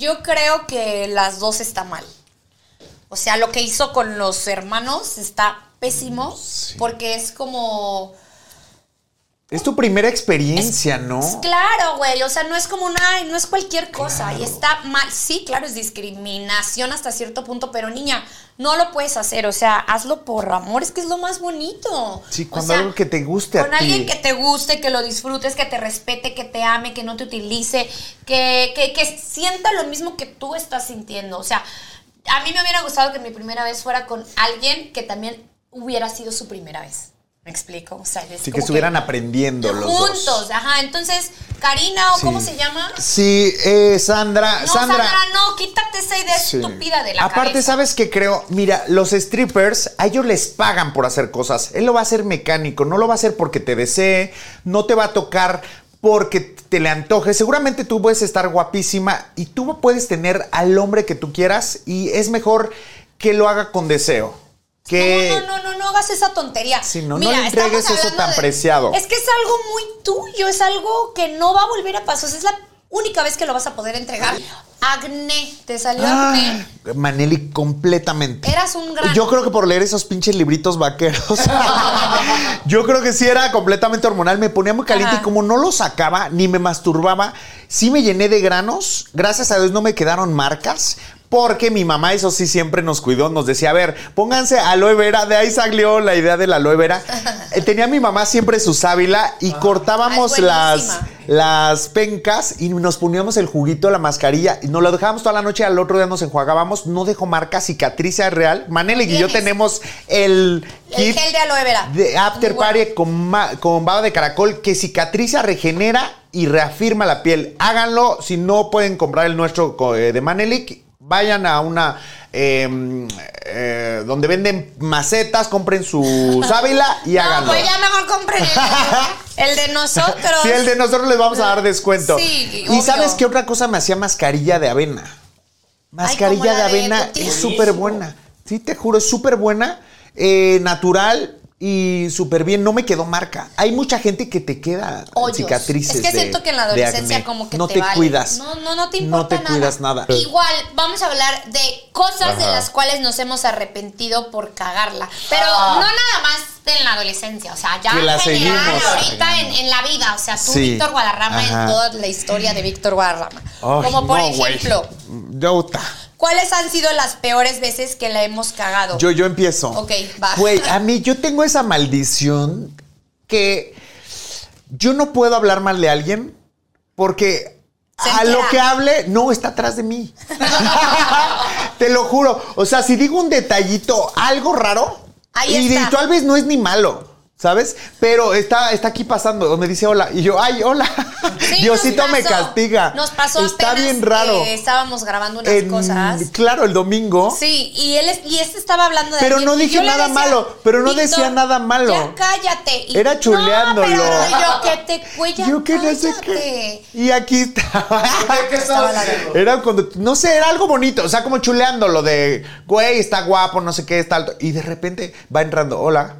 Speaker 1: Yo creo que las dos está mal. O sea, lo que hizo con los hermanos está pésimo porque es como
Speaker 2: Es tu primera experiencia, ¿no?
Speaker 1: Pues Claro, güey. O sea, no es como una, ay, no es cualquier cosa. Y está mal. Sí, claro, es discriminación hasta cierto punto, pero niña, no lo puedes hacer. O sea, hazlo por amor, es que es lo más bonito.
Speaker 2: Sí,
Speaker 1: O
Speaker 2: cuando
Speaker 1: sea,
Speaker 2: algo que te guste a
Speaker 1: Con alguien
Speaker 2: ti.
Speaker 1: que te guste, que lo disfrutes, que te respete, que te ame, que no te utilice, que, que, que sienta lo mismo que tú estás sintiendo. O sea, a mí me hubiera gustado que mi primera vez fuera con alguien que también hubiera sido su primera vez. ¿Me explico? O sea, es
Speaker 2: Sí,
Speaker 1: como
Speaker 2: que estuvieran aprendiendo los dos.
Speaker 1: juntos, ajá. Entonces, Karina, ¿o
Speaker 2: Sí.
Speaker 1: cómo se llama?
Speaker 2: Sí, eh, Sandra,
Speaker 1: No,
Speaker 2: Sandra.
Speaker 1: Sandra, no, quítate esa idea
Speaker 2: Sí.
Speaker 1: estúpida de la
Speaker 2: Aparte,
Speaker 1: cabeza.
Speaker 2: ¿sabes qué creo? Mira, los strippers, a ellos les pagan por hacer cosas. Él lo va a hacer mecánico, no lo va a hacer porque te desee, no te va a tocar porque te le antoje. Seguramente tú puedes estar guapísima y tú puedes tener al hombre que tú quieras y es mejor que lo haga con deseo. Que
Speaker 1: No, no, no, no, no hagas esa tontería.
Speaker 2: Sí, no, no le
Speaker 1: estamos
Speaker 2: entregues eso
Speaker 1: hablando
Speaker 2: tan preciado.
Speaker 1: Es que es algo muy tuyo, es algo que no va a volver a pasar. O sea, es la única vez que lo vas a poder entregar. Acné, te salió
Speaker 2: Ah,
Speaker 1: acné.
Speaker 2: Maneli, completamente.
Speaker 1: Eras un gran-
Speaker 2: Yo creo que por leer esos pinches libritos vaqueros. yo creo que sí era completamente hormonal. Me ponía muy caliente
Speaker 1: Ajá.
Speaker 2: y como no lo sacaba ni me masturbaba, sí me llené de granos. Gracias a Dios no me quedaron marcas. Porque mi mamá, eso sí, siempre nos cuidó, nos decía, a ver, pónganse aloe vera, de ahí salió la idea de la aloe vera. Eh, Tenía mi mamá siempre su sábila y cortábamos
Speaker 1: Ay,
Speaker 2: las,
Speaker 1: Ah, buenísima.
Speaker 2: las pencas y nos poníamos el juguito, la mascarilla y nos lo dejábamos toda la noche. Al otro día nos enjuagábamos, no dejó marca, cicatriz es real. Manel y yo
Speaker 1: ¿Tienes?
Speaker 2: tenemos el
Speaker 1: El
Speaker 2: kit
Speaker 1: gel de aloe vera.
Speaker 2: de After
Speaker 1: Muy bueno.
Speaker 2: Party con, ma- con baba de caracol que cicatriza, regenera y reafirma la piel. Háganlo. Si no pueden comprar el nuestro co- eh, de Manelik, vayan a una. eh, eh, donde venden macetas, compren su sábila y
Speaker 1: No,
Speaker 2: háganlo.
Speaker 1: pues ya mejor compren el, el de nosotros.
Speaker 2: Si el de nosotros les vamos a dar descuento.
Speaker 1: Sí,
Speaker 2: ¿Y
Speaker 1: obvio.
Speaker 2: sabes qué otra cosa me hacía mascarilla de avena? Mascarilla
Speaker 1: como la
Speaker 2: de
Speaker 1: de
Speaker 2: avena
Speaker 1: tu tía.
Speaker 2: es súper buena. Sí, te juro, es súper buena, eh, natural y súper bien. No me quedó marca. Hay mucha gente que te queda
Speaker 1: Hoyos.
Speaker 2: cicatrices.
Speaker 1: Es que
Speaker 2: de-
Speaker 1: siento que en la
Speaker 2: de
Speaker 1: adolescencia
Speaker 2: acné.
Speaker 1: como que
Speaker 2: no te,
Speaker 1: vale.
Speaker 2: cuidas.
Speaker 1: No, no, no te importa
Speaker 2: No te cuidas nada.
Speaker 1: Igual, vamos a hablar de cosas de
Speaker 2: Ajá.
Speaker 1: las cuales nos hemos arrepentido por cagarla. Pero no nada más en la adolescencia, o sea, ya
Speaker 2: Ah. Que la
Speaker 1: en general,
Speaker 2: seguimos
Speaker 1: ahorita en,
Speaker 2: cagando.
Speaker 1: en la vida. O sea, tú,
Speaker 2: Sí.
Speaker 1: Víctor Guadarrama,
Speaker 2: Ajá.
Speaker 1: en toda la historia de Víctor Guadarrama.
Speaker 2: Ay,
Speaker 1: como por
Speaker 2: no, güey.
Speaker 1: ejemplo,
Speaker 2: Yo, ta.
Speaker 1: ¿cuáles han sido las peores veces que la hemos cagado?
Speaker 2: Yo, yo empiezo.
Speaker 1: Ok, va.
Speaker 2: Güey, a mí yo tengo esa maldición que yo no puedo hablar mal de alguien porque
Speaker 1: Se
Speaker 2: a lo
Speaker 1: entera.
Speaker 2: que hable no está atrás de mí. Te lo juro. O sea, si digo un detallito, algo raro,
Speaker 1: Ahí
Speaker 2: y,
Speaker 1: está.
Speaker 2: y tal vez no es ni malo. ¿Sabes? Pero está, está aquí pasando, me dice hola. Y yo, ay, hola.
Speaker 1: Sí,
Speaker 2: Diosito
Speaker 1: nos
Speaker 2: me
Speaker 1: pasó.
Speaker 2: castiga.
Speaker 1: Nos pasó
Speaker 2: Está
Speaker 1: apenas
Speaker 2: bien raro.
Speaker 1: que estábamos grabando unas
Speaker 2: En-
Speaker 1: cosas.
Speaker 2: Claro, el domingo.
Speaker 1: Sí, y él es- y este estaba hablando de
Speaker 2: Pero
Speaker 1: alguien
Speaker 2: no
Speaker 1: y yo
Speaker 2: dije
Speaker 1: le
Speaker 2: nada
Speaker 1: decía,
Speaker 2: malo, pero no
Speaker 1: "Víctor,
Speaker 2: decía nada malo".
Speaker 1: Ya cállate. Y-
Speaker 2: Era chuleándolo.
Speaker 1: No, pero yo que te cuella.
Speaker 2: Yo que no sé qué. Y aquí estaba. Era cuando, no sé, era algo bonito, o sea, como chuleándolo de, güey, está guapo, no sé qué, está alto. Y de repente va entrando, hola.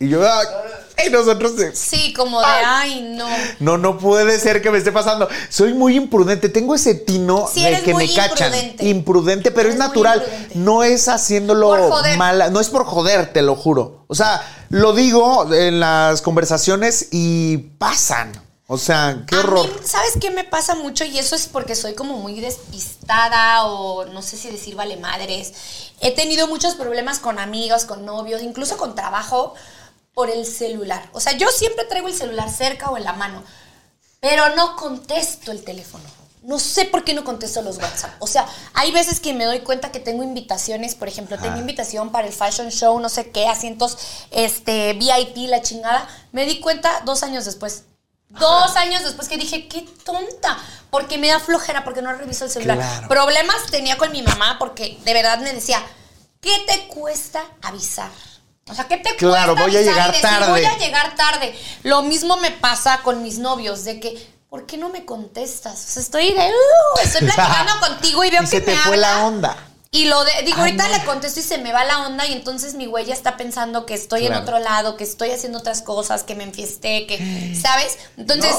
Speaker 2: Y yo, "Ay", y nosotros, de,
Speaker 1: Sí, como de ay, no.
Speaker 2: no, no puede ser que me esté pasando. Soy muy imprudente, tengo ese tino
Speaker 1: Sí,
Speaker 2: de
Speaker 1: eres
Speaker 2: que
Speaker 1: muy
Speaker 2: me cachan.
Speaker 1: imprudente.
Speaker 2: Imprudente, pero
Speaker 1: Eres
Speaker 2: es
Speaker 1: muy
Speaker 2: natural.
Speaker 1: imprudente.
Speaker 2: No es haciéndolo
Speaker 1: Por joder.
Speaker 2: mala, no es por joder, te lo juro. O sea, lo digo en las conversaciones y pasan. O sea, qué
Speaker 1: A mí,
Speaker 2: horror.
Speaker 1: ¿Sabes qué me pasa mucho? Y eso es porque soy como muy despistada o no sé si decir vale madres. He tenido muchos problemas con amigos, con novios, incluso con trabajo por el celular. O sea, yo siempre traigo el celular cerca o en la mano, pero no contesto el teléfono. No sé por qué no contesto los WhatsApp. O sea, hay veces que me doy cuenta que tengo invitaciones, por ejemplo, tengo invitación para el fashion show, no sé qué, asientos este VIP, la chingada. Me di cuenta dos años después. Dos años después que dije, qué tonta, porque me da flojera, porque no reviso el celular.
Speaker 2: Claro.
Speaker 1: Problemas tenía con mi mamá porque de verdad me decía, ¿qué te cuesta avisar? O sea, ¿qué te
Speaker 2: Claro,
Speaker 1: cuesta
Speaker 2: voy a
Speaker 1: avisar y
Speaker 2: llegar
Speaker 1: decir,
Speaker 2: tarde.
Speaker 1: Voy a llegar tarde. Lo mismo me pasa con mis novios, de que, ¿por qué no me contestas? O sea, estoy de, "Uh", estoy platicando contigo y veo
Speaker 2: Y
Speaker 1: que
Speaker 2: se te
Speaker 1: me
Speaker 2: fue la
Speaker 1: habla.
Speaker 2: onda. Ah,
Speaker 1: Y lo de, digo, ahorita le contesto y se me va la onda y entonces mi güey ya está pensando que estoy en
Speaker 2: Claro.
Speaker 1: otro lado, que estoy haciendo otras cosas, que me enfiesté, que, ¿sabes? Entonces,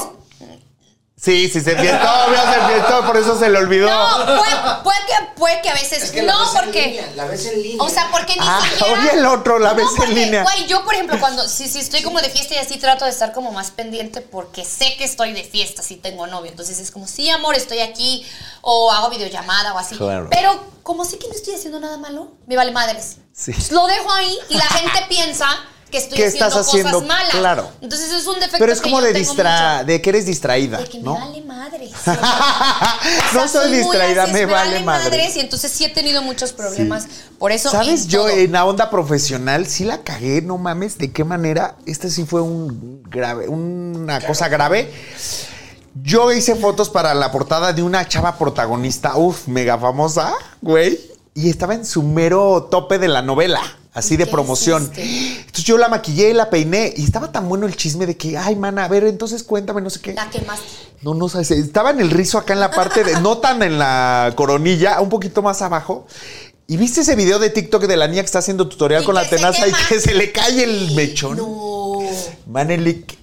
Speaker 2: Sí, sí, se enfiestó, mira, se enfiestó, por eso se le olvidó.
Speaker 1: No, puede, puede que, puede que a veces.
Speaker 6: Es que la
Speaker 1: no,
Speaker 6: ves en
Speaker 1: porque.
Speaker 6: línea, la ves en línea.
Speaker 1: O sea, porque ni
Speaker 2: Ah,
Speaker 1: siquiera.
Speaker 2: oye, el otro, la ves en
Speaker 1: porque,
Speaker 2: línea.
Speaker 1: Güey, yo, por ejemplo, cuando. Si, si estoy como de fiesta y así, trato de estar como más pendiente porque sé que estoy de fiesta si tengo novio. Entonces es como, sí, amor, estoy aquí. O hago videollamada o así.
Speaker 2: Claro.
Speaker 1: Pero como sé que no estoy haciendo nada malo, me vale madres.
Speaker 2: Sí.
Speaker 1: Pues Lo dejo ahí y la gente piensa que estoy
Speaker 2: ¿Qué
Speaker 1: haciendo
Speaker 2: estás
Speaker 1: cosas
Speaker 2: haciendo?
Speaker 1: malas.
Speaker 2: Claro.
Speaker 1: Entonces es un defecto
Speaker 2: Pero es
Speaker 1: que
Speaker 2: como
Speaker 1: yo
Speaker 2: de
Speaker 1: tengo
Speaker 2: distra,
Speaker 1: mucho.
Speaker 2: de que eres distraída,
Speaker 1: De que me
Speaker 2: ¿no?
Speaker 1: vale madres.
Speaker 2: no
Speaker 1: O sea,
Speaker 2: soy
Speaker 1: muy
Speaker 2: distraída,
Speaker 1: así,
Speaker 2: me vale madre.
Speaker 1: madres. Y entonces sí he tenido muchos problemas. Por eso.
Speaker 2: ¿Sabes?
Speaker 1: en
Speaker 2: Yo
Speaker 1: todo.
Speaker 2: en la onda profesional sí la cagué, no mames, ¿de qué manera? Este sí fue un grave, una cosa grave. Yo hice fotos para la portada de una chava protagonista, uff, mega famosa, güey, y estaba en su mero tope de la novela, así de
Speaker 1: qué
Speaker 2: promoción.
Speaker 1: hiciste?
Speaker 2: Entonces yo la maquillé, la peiné, y estaba tan bueno el chisme de que, ay, mana, a ver, entonces cuéntame, no sé qué.
Speaker 1: La quemaste.
Speaker 2: No, no sabes. Estaba en el rizo acá en la parte de. No tan en la coronilla, un poquito más abajo. ¿Y viste ese video de TikTok de la niña que está haciendo tutorial
Speaker 1: Y
Speaker 2: con
Speaker 1: que
Speaker 2: la
Speaker 1: se
Speaker 2: tenaza y
Speaker 1: quema.
Speaker 2: que se le cae el mechón?
Speaker 1: No.
Speaker 2: Manelik.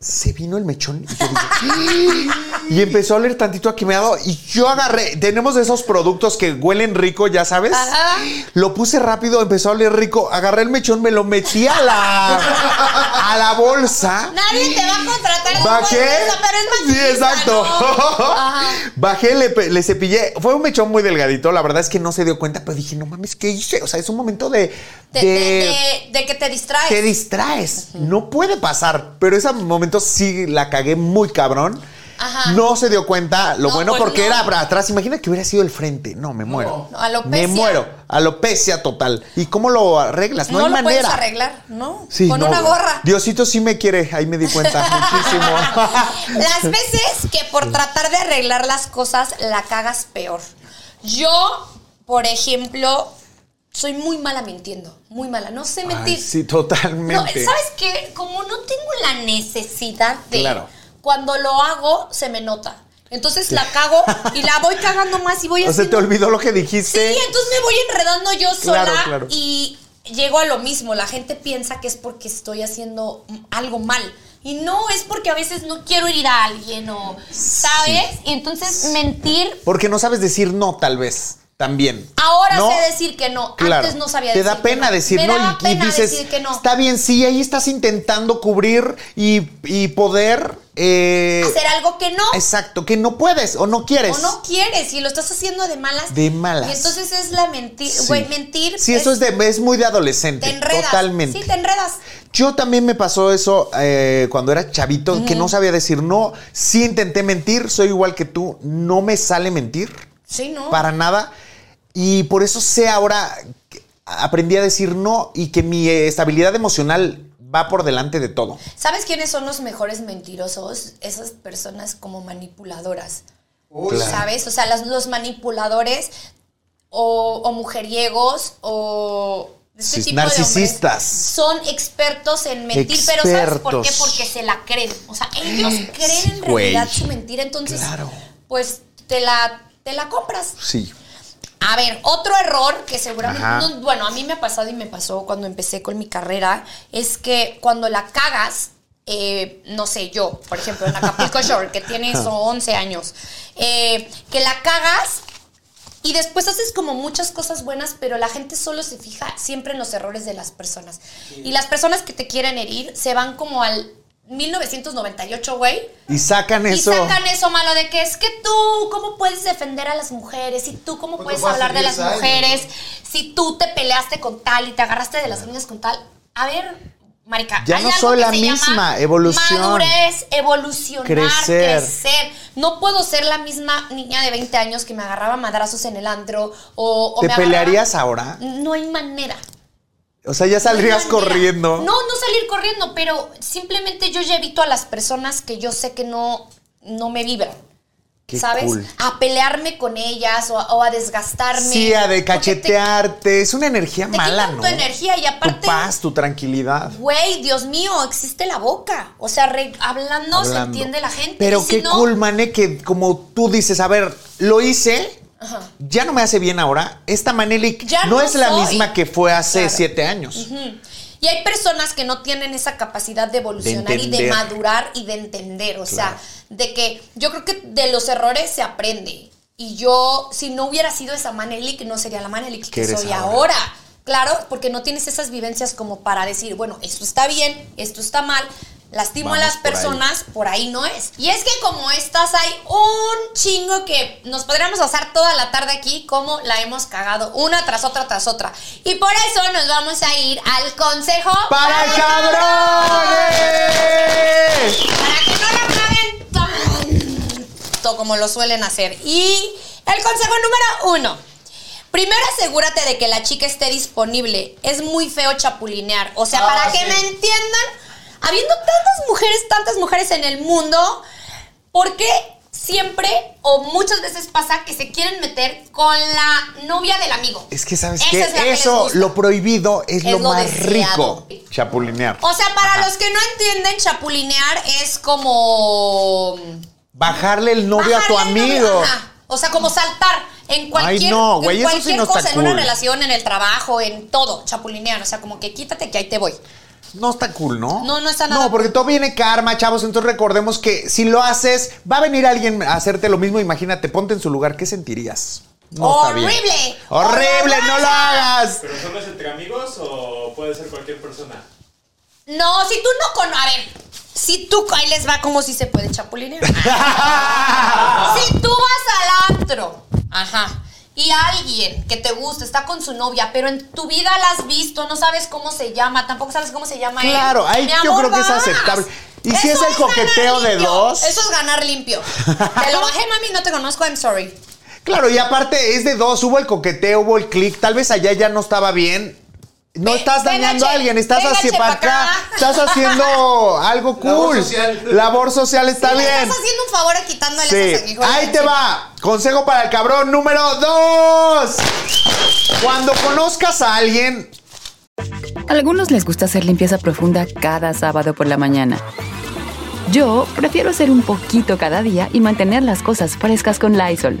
Speaker 2: Se vino el mechón y yo dije, y empezó a oler tantito a quemado. Y yo agarré, tenemos de esos productos que huelen rico, ya sabes.
Speaker 1: Ajá.
Speaker 2: Lo puse rápido, empezó a oler rico. Agarré el mechón, me lo metí a la, a la bolsa.
Speaker 1: Nadie te va a contratar después
Speaker 2: Bajé.
Speaker 1: de eso, pero es
Speaker 2: sí,
Speaker 1: maquillista,
Speaker 2: exacto.
Speaker 1: ¿no? Ajá.
Speaker 2: Bajé, le, pe- le cepillé. Fue un mechón muy delgadito. La verdad es que no se dio cuenta, pero dije, no mames, ¿qué hice? O sea, es un momento de.
Speaker 1: De,
Speaker 2: de-
Speaker 1: de- de- de que te distraes.
Speaker 2: te distraes. No puede pasar. Pero ese momento sí la cagué muy cabrón.
Speaker 1: Ajá.
Speaker 2: No se dio cuenta. Lo
Speaker 1: No,
Speaker 2: bueno
Speaker 1: pues
Speaker 2: porque
Speaker 1: no.
Speaker 2: era para atrás. Imagina que hubiera sido el frente. No, me muero.
Speaker 1: No, alopecia.
Speaker 2: Me muero. Alopecia total. ¿Y cómo lo arreglas? No,
Speaker 1: no
Speaker 2: hay
Speaker 1: lo
Speaker 2: manera.
Speaker 1: puedes arreglar, ¿no?
Speaker 2: Sí,
Speaker 1: Con
Speaker 2: no,
Speaker 1: una
Speaker 2: güey.
Speaker 1: gorra.
Speaker 2: Diosito sí me quiere, ahí me di cuenta muchísimo.
Speaker 1: Las veces que por tratar de arreglar las cosas la cagas peor. Yo, por ejemplo, soy muy mala mintiendo, muy mala. No sé mentir.
Speaker 2: Ay, sí,
Speaker 1: No,
Speaker 2: totalmente.
Speaker 1: ¿Sabes qué? Como no tengo la necesidad de...
Speaker 2: Claro.
Speaker 1: Cuando lo hago, se me nota. Entonces la cago y la voy cagando más y voy
Speaker 2: o sea, te
Speaker 1: haciendo-
Speaker 2: olvidó lo que
Speaker 1: Sí,
Speaker 2: dijiste.
Speaker 1: entonces me voy enredando yo sola
Speaker 2: Claro, claro.
Speaker 1: y llego a lo mismo. La gente piensa que es porque estoy haciendo mm, algo mal. Y no, es porque a veces no quiero herir a alguien o, ¿sabes? Y entonces mentir,
Speaker 2: Porque no sabes decir no, tal vez. También.
Speaker 1: ahora
Speaker 2: No,
Speaker 1: sé decir que no.
Speaker 2: claro.
Speaker 1: Antes no sabía
Speaker 2: Te
Speaker 1: decir
Speaker 2: da pena
Speaker 1: que no.
Speaker 2: decir
Speaker 1: Me
Speaker 2: no
Speaker 1: daba
Speaker 2: y- y,
Speaker 1: pena
Speaker 2: dices,
Speaker 1: decir que no.
Speaker 2: está bien, sí, ahí estás intentando cubrir y, y poder... eh,
Speaker 1: Hacer algo que no.
Speaker 2: Exacto, que no puedes o no quieres.
Speaker 1: O no quieres y lo estás haciendo de malas.
Speaker 2: De malas.
Speaker 1: Y entonces es la mentira.
Speaker 2: Sí.
Speaker 1: Güey, mentir.
Speaker 2: Sí, eso es, de- es muy de adolescente.
Speaker 1: Te enredas.
Speaker 2: Totalmente.
Speaker 1: Sí, te enredas.
Speaker 2: Yo también me pasó eso eh, cuando era chavito, que no sabía decir no. Sí intenté mentir, soy igual que tú. No me sale mentir
Speaker 1: Sí, ¿no?
Speaker 2: para nada. Y por eso sé ahora, que aprendí a decir no y que mi eh, estabilidad emocional va por delante de todo.
Speaker 1: ¿Sabes quiénes son los mejores mentirosos? Esas personas como manipuladoras. ¿Sabes? O sea, las- los manipuladores o, o mujeriegos o... Este
Speaker 2: Sí,
Speaker 1: tipo de hombres
Speaker 2: narcisistas.
Speaker 1: son expertos en mentir, pero ¿sabes por qué?
Speaker 2: Expertos.
Speaker 1: Porque se la creen. O sea, ellos creen
Speaker 2: Sí,
Speaker 1: en realidad
Speaker 2: güey.
Speaker 1: su mentira, entonces
Speaker 2: Claro.
Speaker 1: pues te la, te la compras.
Speaker 2: Sí.
Speaker 1: A ver, otro error que seguramente,
Speaker 2: Ajá.
Speaker 1: no- bueno, a mí me ha pasado y me pasó cuando empecé con mi carrera, es que cuando la cagas, eh, no sé, yo, por ejemplo, en Acapulco Shore, que tiene eso 11 años, eh, que la cagas y después haces como muchas cosas buenas, pero la gente solo se fija siempre en los errores de las personas. Y las personas que te quieren herir se van como al 1998, güey,
Speaker 2: Y sacan
Speaker 1: y
Speaker 2: eso.
Speaker 1: sacan eso malo de que es que tú, ¿cómo puedes defender a las mujeres? Y tú, ¿cómo
Speaker 6: Porque
Speaker 1: puedes
Speaker 6: fue hace
Speaker 1: hablar de las
Speaker 6: 10 años.
Speaker 1: mujeres? Si tú te peleaste con tal y te agarraste de las niñas con tal. A ver, marica,
Speaker 2: Ya
Speaker 1: hay
Speaker 2: no
Speaker 1: algo
Speaker 2: soy
Speaker 1: que
Speaker 2: la
Speaker 1: se llama
Speaker 2: misma, evolución.
Speaker 1: Madurez, evolucionar,
Speaker 2: Crecer.
Speaker 1: crecer. No puedo ser la misma niña de 20 años que me agarraba madrazos en el andro o, o
Speaker 2: ¿Te
Speaker 1: me agarraba-
Speaker 2: pelearías ahora?
Speaker 1: No hay manera.
Speaker 2: O sea, ya
Speaker 1: No hay
Speaker 2: saldrías
Speaker 1: manera.
Speaker 2: corriendo.
Speaker 1: No, no salir corriendo, pero simplemente yo ya evito a las personas que yo sé que no, no me vibran.
Speaker 2: Qué
Speaker 1: ¿Sabes?
Speaker 2: cool.
Speaker 1: A pelearme con ellas o a, o a desgastarme.
Speaker 2: Sí, a
Speaker 1: Porque
Speaker 2: de
Speaker 1: te-
Speaker 2: cachetearte. es una energía
Speaker 1: Te,
Speaker 2: mala,
Speaker 1: quitan
Speaker 2: ¿no?
Speaker 1: tu energía y
Speaker 2: Tu
Speaker 1: aparte.
Speaker 2: paz, tu tranquilidad.
Speaker 1: Güey, Dios mío, existe la boca. O sea, re- hablando, se
Speaker 2: hablando.
Speaker 1: entiende la gente.
Speaker 2: Pero
Speaker 1: y si
Speaker 2: qué
Speaker 1: no,
Speaker 2: cool, mané, que como tú dices, a ver, lo hice, ya no me hace bien ahora. Esta Manelik
Speaker 1: Ya
Speaker 2: no,
Speaker 1: no
Speaker 2: es la
Speaker 1: soy.
Speaker 2: misma que fue hace
Speaker 1: Claro.
Speaker 2: siete años.
Speaker 1: Ujú. Y hay personas que no tienen esa capacidad de evolucionar y de
Speaker 2: entender.
Speaker 1: madurar y de entender. O
Speaker 2: Claro.
Speaker 1: sea, de que yo creo que de los errores se aprende. Y yo, si no hubiera sido esa Manelik, no sería la Manelik
Speaker 2: ¿Qué
Speaker 1: que
Speaker 2: eres
Speaker 1: soy
Speaker 2: ahora?
Speaker 1: ahora. Claro, porque no tienes esas vivencias como para decir, bueno, esto está bien, esto está mal. Lastimo
Speaker 2: Vamos
Speaker 1: a las
Speaker 2: por ahí.
Speaker 1: personas, por ahí no es. Y es que como estas hay un chingo que nos podríamos pasar toda la tarde aquí como la hemos cagado una tras otra tras otra. Y por eso nos vamos a ir al consejo
Speaker 2: ¡Para cabrones!
Speaker 1: para que no lo claven tanto como lo suelen hacer. Y el consejo número uno. Primero asegúrate de que la chica esté disponible. Es muy feo chapulinear. O
Speaker 2: Ah,
Speaker 1: sea, para que me entiendan, habiendo tantas mujeres, tantas mujeres en el mundo, ¿por qué siempre o muchas veces pasa que se quieren meter con la novia del amigo?
Speaker 2: Es que sabes
Speaker 1: Esa
Speaker 2: que
Speaker 1: es la que les
Speaker 2: eso,
Speaker 1: gusta.
Speaker 2: lo prohibido es,
Speaker 1: Es
Speaker 2: lo,
Speaker 1: lo
Speaker 2: más
Speaker 1: deseado.
Speaker 2: rico. Chapulinear.
Speaker 1: O sea, para los que no entienden, chapulinear es como...
Speaker 2: Bajarle el novio a tu
Speaker 1: Bajarle el
Speaker 2: amigo.
Speaker 1: novio, ajá. O sea, como saltar en cualquier,
Speaker 2: Ay, no, güey,
Speaker 1: en
Speaker 2: eso sí
Speaker 1: cualquier
Speaker 2: no está
Speaker 1: cosa, en una
Speaker 2: cool.
Speaker 1: relación, en el trabajo, en todo, chapulinear. O sea, como que quítate que ahí te voy.
Speaker 2: No está cool, ¿no?
Speaker 1: No, no está nada
Speaker 2: No, porque todo viene karma, chavos. Entonces recordemos que si lo haces, va a venir alguien a hacerte lo mismo. Imagínate, ponte en su lugar. ¿Qué sentirías? No
Speaker 1: ¡Horrible!
Speaker 2: Está bien. ¡Horrible! ¡No lo hagas!
Speaker 5: ¿Pero solo es entre amigos o puede ser cualquier persona?
Speaker 1: No, si tú no con. A ver, si tú. Ahí les va como si se puede chapulinear. si tú vas al antro. Ajá. Y alguien que te gusta está con su novia, pero en tu vida la has visto, no sabes cómo se llama, tampoco sabes cómo se llama él.
Speaker 2: Claro, ahí
Speaker 1: Mi
Speaker 2: yo
Speaker 1: amor,
Speaker 2: creo que es
Speaker 1: vas.
Speaker 2: aceptable. ¿Y si
Speaker 1: Eso
Speaker 2: es el
Speaker 1: ganar
Speaker 2: coqueteo de
Speaker 1: limpio,
Speaker 2: dos?
Speaker 1: Eso es ganar limpio. Te lo bajé, mami, no te conozco, I'm sorry.
Speaker 2: Claro, y aparte es de dos. Hubo el coqueteo, hubo el clic. Tal vez allá ya no estaba bien. No
Speaker 1: Ve-
Speaker 2: estás
Speaker 1: véngache,
Speaker 2: dañando a alguien, estás
Speaker 1: véngache pa'
Speaker 2: hacia para acá.
Speaker 1: acá.
Speaker 2: Estás haciendo algo cool.
Speaker 5: Labor social.
Speaker 2: Labor social está
Speaker 1: Le
Speaker 2: bien.
Speaker 1: Estás haciendo un favor quitándole esos
Speaker 2: Sí.
Speaker 1: aguijones
Speaker 2: Ahí te
Speaker 1: encima.
Speaker 2: va. Consejo para el cabrón número dos. Cuando conozcas a alguien,
Speaker 6: Algunos les gusta hacer limpieza profunda cada sábado por la mañana. Yo prefiero hacer un poquito cada día y mantener las cosas frescas con Lysol.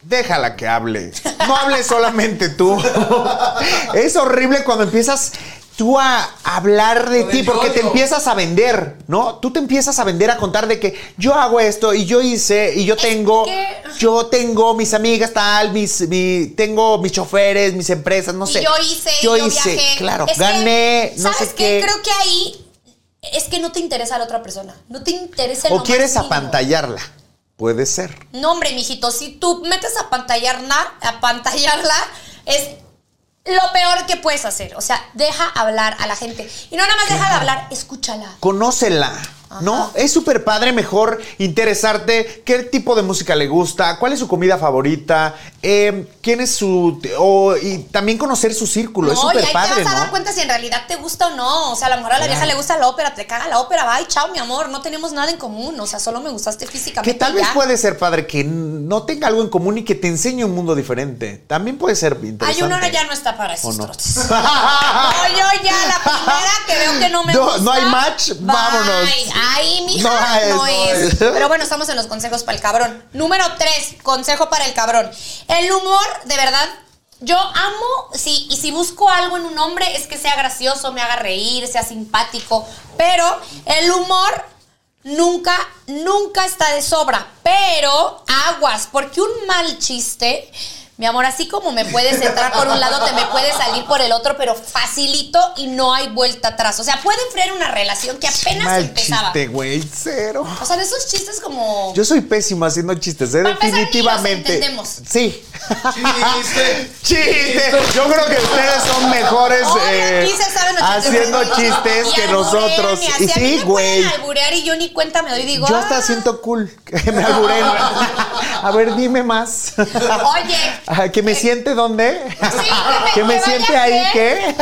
Speaker 2: déjala que hable. No hables solamente tú. Es horrible cuando empiezas tú a hablar de ti, porque te empiezas a vender, ¿no? Tú te empiezas a vender a contar de que yo hago esto y yo hice y yo tengo,
Speaker 1: que-
Speaker 2: yo tengo mis amigas tal, mis, mi, tengo mis choferes, mis empresas, no
Speaker 1: Y
Speaker 2: sé.
Speaker 1: yo hice, yo, viajé.
Speaker 2: claro,
Speaker 1: Es que,
Speaker 2: gané, no
Speaker 1: ¿sabes
Speaker 2: sé qué.
Speaker 1: Creo que ahí es que no te interesa a la otra persona. No te interesa el
Speaker 2: O quieres apantallarla. Puede ser.
Speaker 1: No, hombre, mijito, si tú metes a pantallarla, a pantallarla, es lo peor que puedes hacer. O sea, deja hablar a la gente. Y no nada más deja de hablar, escúchala.
Speaker 2: Conócela. ¿No? Es súper padre mejor interesarte qué tipo de música le gusta, cuál es su comida favorita, eh, quién es su... o- y también conocer su círculo. es
Speaker 1: No, y
Speaker 2: súper
Speaker 1: ahí te
Speaker 2: padre,
Speaker 1: vas a dar
Speaker 2: ¿no?
Speaker 1: cuenta si en realidad te gusta o no. O sea, a lo mejor a la vieja le gusta la ópera, te caga la ópera, bye, chao, mi amor. No tenemos nada en común. O sea, solo me gustaste físicamente.
Speaker 2: Que tal
Speaker 1: y
Speaker 2: vez
Speaker 1: ya.
Speaker 2: puede ser padre que no tenga algo en común y que te enseñe un mundo diferente. También puede ser interesante.
Speaker 1: Ay, uno ahora ya no está para esos
Speaker 2: no?
Speaker 1: trotes. No, yo ya la primera que veo que no me
Speaker 2: No,
Speaker 1: gusta.
Speaker 2: no hay match,
Speaker 1: bye.
Speaker 2: vámonos.
Speaker 1: Ay, mija,
Speaker 2: No
Speaker 1: no,
Speaker 2: es, no
Speaker 1: es.
Speaker 2: es.
Speaker 1: Pero bueno, estamos en los consejos para el cabrón. Número tres, consejo para el cabrón. El humor, de verdad, yo amo, sí, y si busco algo en un hombre es que sea gracioso, me haga reír, sea simpático. Pero el humor nunca, nunca está de sobra. Pero aguas, porque un mal chiste. Mi amor, así como me puedes entrar por un lado, te me puedes salir por el otro, pero facilito y no hay vuelta atrás. O sea, puede enfriar una relación que apenas
Speaker 2: Mal
Speaker 1: empezaba.
Speaker 2: chiste, güey. Cero.
Speaker 1: O sea, de esos chistes como.
Speaker 2: Yo soy pésimo haciendo chistes, ¿eh?
Speaker 1: Para empezar, ni los
Speaker 2: definitivamente.
Speaker 1: entendemos.
Speaker 2: Sí.
Speaker 5: Chiste.
Speaker 2: Chiste. Yo creo que ustedes son mejores
Speaker 1: Hola,
Speaker 2: eh,
Speaker 1: aquí se saben los chistes.
Speaker 2: haciendo
Speaker 1: Y
Speaker 2: chistes que
Speaker 1: alburean,
Speaker 2: nosotros.
Speaker 1: así,
Speaker 2: Y
Speaker 1: a mí
Speaker 2: sí,
Speaker 1: me
Speaker 2: güey.
Speaker 1: pueden alburear y yo ni cuenta me doy digo.
Speaker 2: Yo hasta
Speaker 1: "Ah".
Speaker 2: siento cool que me alburen. A ver, dime más.
Speaker 1: Oye. Eh,
Speaker 2: Ah, ¿Que me siente dónde?
Speaker 1: Sí,
Speaker 2: ¿Que me
Speaker 1: vaya
Speaker 2: siente
Speaker 1: a
Speaker 2: ahí
Speaker 1: creer.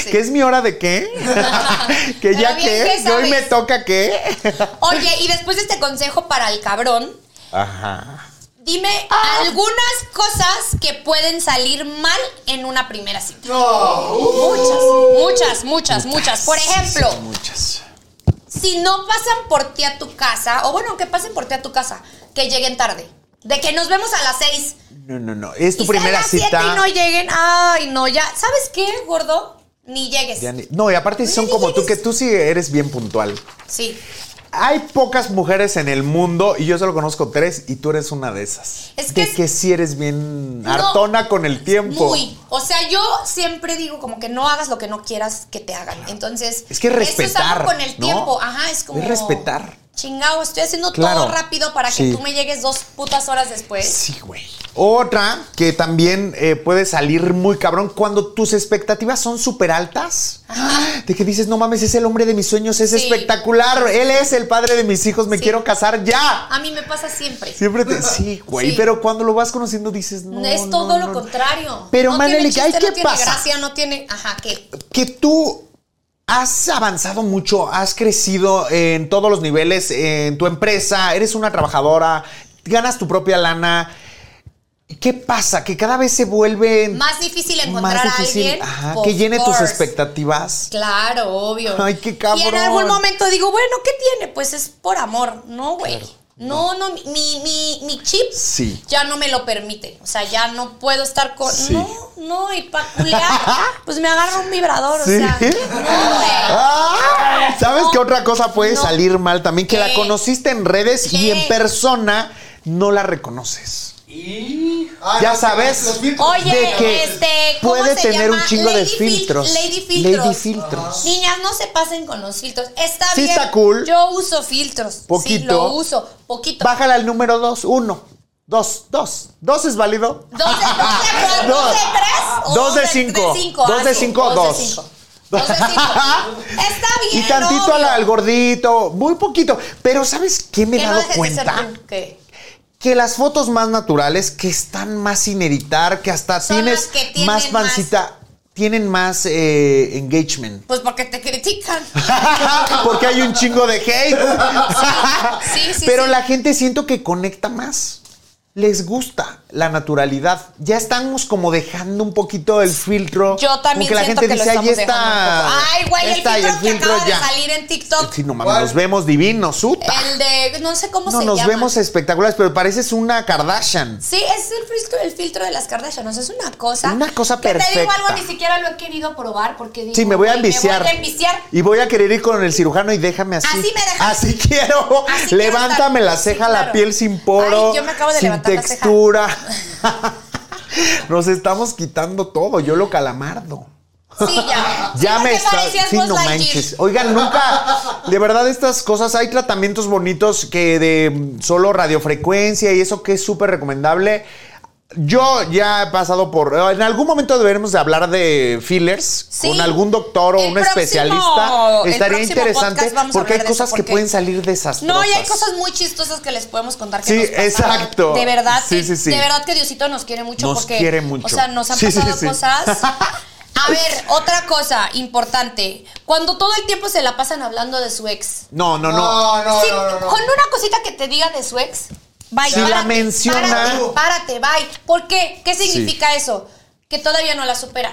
Speaker 2: qué? ¿Que es mi hora de qué? ¿Que
Speaker 1: Pero
Speaker 2: ya
Speaker 1: bien
Speaker 2: qué?
Speaker 1: que
Speaker 2: ¿Que hoy me
Speaker 1: sabes.
Speaker 2: toca qué?
Speaker 1: Oye, y después de este consejo para el cabrón,
Speaker 2: Ajá. Ah.
Speaker 1: dime algunas cosas que pueden salir mal en una primera cita. Muchas, muchas, muchas, muchas. Por ejemplo,
Speaker 2: Muchas.
Speaker 1: si no pasan por ti a tu casa, o bueno, que pasen por ti a tu casa, que lleguen tarde. De que nos vemos a las seis.
Speaker 2: No, no, no. Es tu
Speaker 1: y sean
Speaker 2: primera
Speaker 1: las siete
Speaker 2: cita.
Speaker 1: y no lleguen. Ay, no, ya. ¿Sabes qué, gordo? Ni llegues.
Speaker 2: Ya ni- No, y aparte son como tú, que tú sí eres bien puntual.
Speaker 1: Sí.
Speaker 2: Hay pocas mujeres en el mundo y yo solo conozco tres y tú eres una de esas.
Speaker 1: Es que
Speaker 2: de
Speaker 1: es-
Speaker 2: que sí eres bien
Speaker 1: No.
Speaker 2: hartona con el tiempo.
Speaker 1: Muy. O sea, yo siempre digo como que no hagas lo que no quieras que te hagan. Entonces,
Speaker 2: Es que es
Speaker 1: Eso es
Speaker 2: respetar,
Speaker 1: algo con el
Speaker 2: ¿no?
Speaker 1: tiempo. Ajá, es como.
Speaker 2: Es respetar.
Speaker 1: Chingao, estoy haciendo
Speaker 2: Claro.
Speaker 1: todo rápido para que
Speaker 2: Sí.
Speaker 1: tú me llegues dos putas horas después.
Speaker 2: Sí, güey. Otra que también eh, puede salir muy cabrón cuando tus expectativas son súper altas. De que dices, no mames, es el hombre de mis sueños, es
Speaker 1: Sí.
Speaker 2: espectacular, él es el padre de mis hijos, me
Speaker 1: Sí.
Speaker 2: quiero casar ya.
Speaker 1: A mí me pasa siempre.
Speaker 2: Siempre te... Sí, güey,
Speaker 1: Sí.
Speaker 2: pero cuando lo vas conociendo dices, no.
Speaker 1: es
Speaker 2: no,
Speaker 1: todo
Speaker 2: no,
Speaker 1: lo
Speaker 2: no".
Speaker 1: contrario.
Speaker 2: Pero,
Speaker 1: no
Speaker 2: Manelik,
Speaker 1: tiene
Speaker 2: ¿ay
Speaker 1: chiste,
Speaker 2: qué
Speaker 1: no tiene
Speaker 2: pasa?
Speaker 1: gracia, no tiene. Ajá, ¿qué?
Speaker 2: que tú has avanzado mucho, has crecido en todos los niveles, en tu empresa, eres una trabajadora, ganas tu propia lana. ¿Qué pasa? Que cada vez se vuelve
Speaker 1: Más difícil encontrar
Speaker 2: Mm, más difícil,
Speaker 1: a alguien.
Speaker 2: ajá,
Speaker 1: Of
Speaker 2: que llene tus
Speaker 1: course.
Speaker 2: expectativas.
Speaker 1: Claro, obvio.
Speaker 2: Ay, qué
Speaker 1: Y en
Speaker 2: cabrón.
Speaker 1: algún momento digo, bueno, ¿qué tiene? Pues es por amor. No, güey. no, no, mi, mi, mi chip
Speaker 2: Sí.
Speaker 1: ya no me lo permite. O sea, ya no puedo estar con.
Speaker 2: Sí.
Speaker 1: No, no, y para culear, pues me agarro un vibrador.
Speaker 2: Sí.
Speaker 1: O sea, no, güey.
Speaker 2: Ah, ¿Sabes
Speaker 1: No,
Speaker 2: qué otra cosa puede
Speaker 1: no.
Speaker 2: salir mal también? Que la
Speaker 1: ¿Qué?
Speaker 2: conociste en redes y
Speaker 1: ¿Qué?
Speaker 2: en persona no la reconoces. ya sabes.
Speaker 1: Oye,
Speaker 2: de que
Speaker 1: este, ¿cómo
Speaker 2: puede
Speaker 1: se
Speaker 2: tener
Speaker 1: llama?
Speaker 2: un chingo de
Speaker 1: Lady fil-
Speaker 2: filtros.
Speaker 1: Lady filtros.
Speaker 2: Lady filtros.
Speaker 1: Niñas, no se pasen con los filtros. Está
Speaker 2: Sí
Speaker 1: bien.
Speaker 2: está cool.
Speaker 1: Yo uso filtros. Sí,
Speaker 2: Poquito.
Speaker 1: lo uso. Poquito.
Speaker 2: Bájala al número dos, uno, dos, dos. Dos es válido.
Speaker 1: ¿Dos de, dos de cuál?
Speaker 2: Dos.
Speaker 1: ¿Dos de tres? o
Speaker 2: Dos de cinco. Dos de
Speaker 1: Ah, sí,
Speaker 2: cinco, dos.
Speaker 1: de cinco. Dos de cinco. Está bien.
Speaker 2: Y tantito
Speaker 1: obvio.
Speaker 2: al, al gordito, muy poquito. Pero ¿sabes qué me he
Speaker 1: Que no
Speaker 2: dado
Speaker 1: dejes de ser
Speaker 2: cuenta?
Speaker 1: tú, ¿qué?
Speaker 2: que las fotos más naturales, que están más sin editar, que hasta
Speaker 1: Son
Speaker 2: tienes
Speaker 1: las que tienen
Speaker 2: más
Speaker 1: más-
Speaker 2: pancita, tienen más eh, engagement.
Speaker 1: Pues porque te critican.
Speaker 2: Porque hay un chingo de hate.
Speaker 1: Sí, sí,
Speaker 2: Pero
Speaker 1: sí.
Speaker 2: la gente siento que conecta más. Les gusta la naturalidad. Ya estamos como dejando un poquito el filtro.
Speaker 1: Yo también
Speaker 2: Porque la
Speaker 1: siento
Speaker 2: gente
Speaker 1: que
Speaker 2: dice,
Speaker 1: lo
Speaker 2: ahí
Speaker 1: estamos
Speaker 2: está.
Speaker 1: dejando un poco. Ay, güey, el
Speaker 2: está,
Speaker 1: filtro,
Speaker 2: y
Speaker 1: que acaba
Speaker 2: ya.
Speaker 1: de salir en TikTok.
Speaker 2: Sí, no mames, nos vemos divinos, suta.
Speaker 1: El de, no sé cómo
Speaker 2: No,
Speaker 1: se
Speaker 2: nos
Speaker 1: llama.
Speaker 2: vemos espectaculares, pero pareces una Kardashian.
Speaker 1: Sí, es el filtro, el filtro de las Kardashian. O sea, es una cosa.
Speaker 2: Una cosa
Speaker 1: que Te digo
Speaker 2: perfecta.
Speaker 1: algo, ni siquiera lo he querido probar porque digo.
Speaker 2: Sí, me voy a
Speaker 1: "Güey,
Speaker 2: enviciar.
Speaker 1: Me voy a enviciar.
Speaker 2: Y voy a querer ir con el cirujano y déjame así.
Speaker 1: Así me dejas.
Speaker 2: Así quiero.
Speaker 1: Así quiero
Speaker 2: Levántame
Speaker 1: estar.
Speaker 2: la ceja,
Speaker 1: Sí,
Speaker 2: la
Speaker 1: claro.
Speaker 2: piel sin poro.
Speaker 1: Ay, yo me acabo de
Speaker 2: sin
Speaker 1: levantar la ceja.
Speaker 2: textura. Nos estamos quitando todo. Yo lo calamardo.
Speaker 1: Sí, ya.
Speaker 2: Ya
Speaker 1: Sí,
Speaker 2: me
Speaker 1: porque
Speaker 2: está.
Speaker 1: parecías
Speaker 2: Sí,
Speaker 1: Buzz
Speaker 2: no
Speaker 1: Lightyear.
Speaker 2: manches. Oigan, nunca. De verdad, estas cosas. Hay tratamientos bonitos que de mm, solo radiofrecuencia y eso que es súper recomendable. Yo ya he pasado por. eh, En algún momento deberemos de hablar de fillers
Speaker 1: Sí.
Speaker 2: con algún doctor o
Speaker 1: El
Speaker 2: un
Speaker 1: próximo-
Speaker 2: especialista.
Speaker 1: el
Speaker 2: Estaría
Speaker 1: próximo
Speaker 2: interesante
Speaker 1: podcast vamos a
Speaker 2: porque hay
Speaker 1: hablar de eso,
Speaker 2: cosas que
Speaker 1: porque-
Speaker 2: pueden salir desastrosas.
Speaker 1: No, y hay cosas muy chistosas que les podemos contar que
Speaker 2: Sí,
Speaker 1: nos pasaron.
Speaker 2: exacto.
Speaker 1: De verdad,
Speaker 2: Sí,
Speaker 1: que-
Speaker 2: sí, sí.
Speaker 1: de verdad que Diosito nos quiere mucho
Speaker 2: Nos
Speaker 1: porque
Speaker 2: quiere mucho.
Speaker 1: o sea, nos han
Speaker 2: Sí, sí,
Speaker 1: pasado
Speaker 2: sí.
Speaker 1: cosas. A ver, otra cosa importante. Cuando todo el tiempo se la pasan hablando de su ex.
Speaker 2: No, no, no.
Speaker 7: No, no,
Speaker 1: Sí,
Speaker 7: no, no, no.
Speaker 1: Con una cosita que te diga de su ex, bye.
Speaker 2: Si la menciona-
Speaker 1: Párate, párate, bye. ¿Por qué? ¿Qué significa eso? Que todavía no la supera.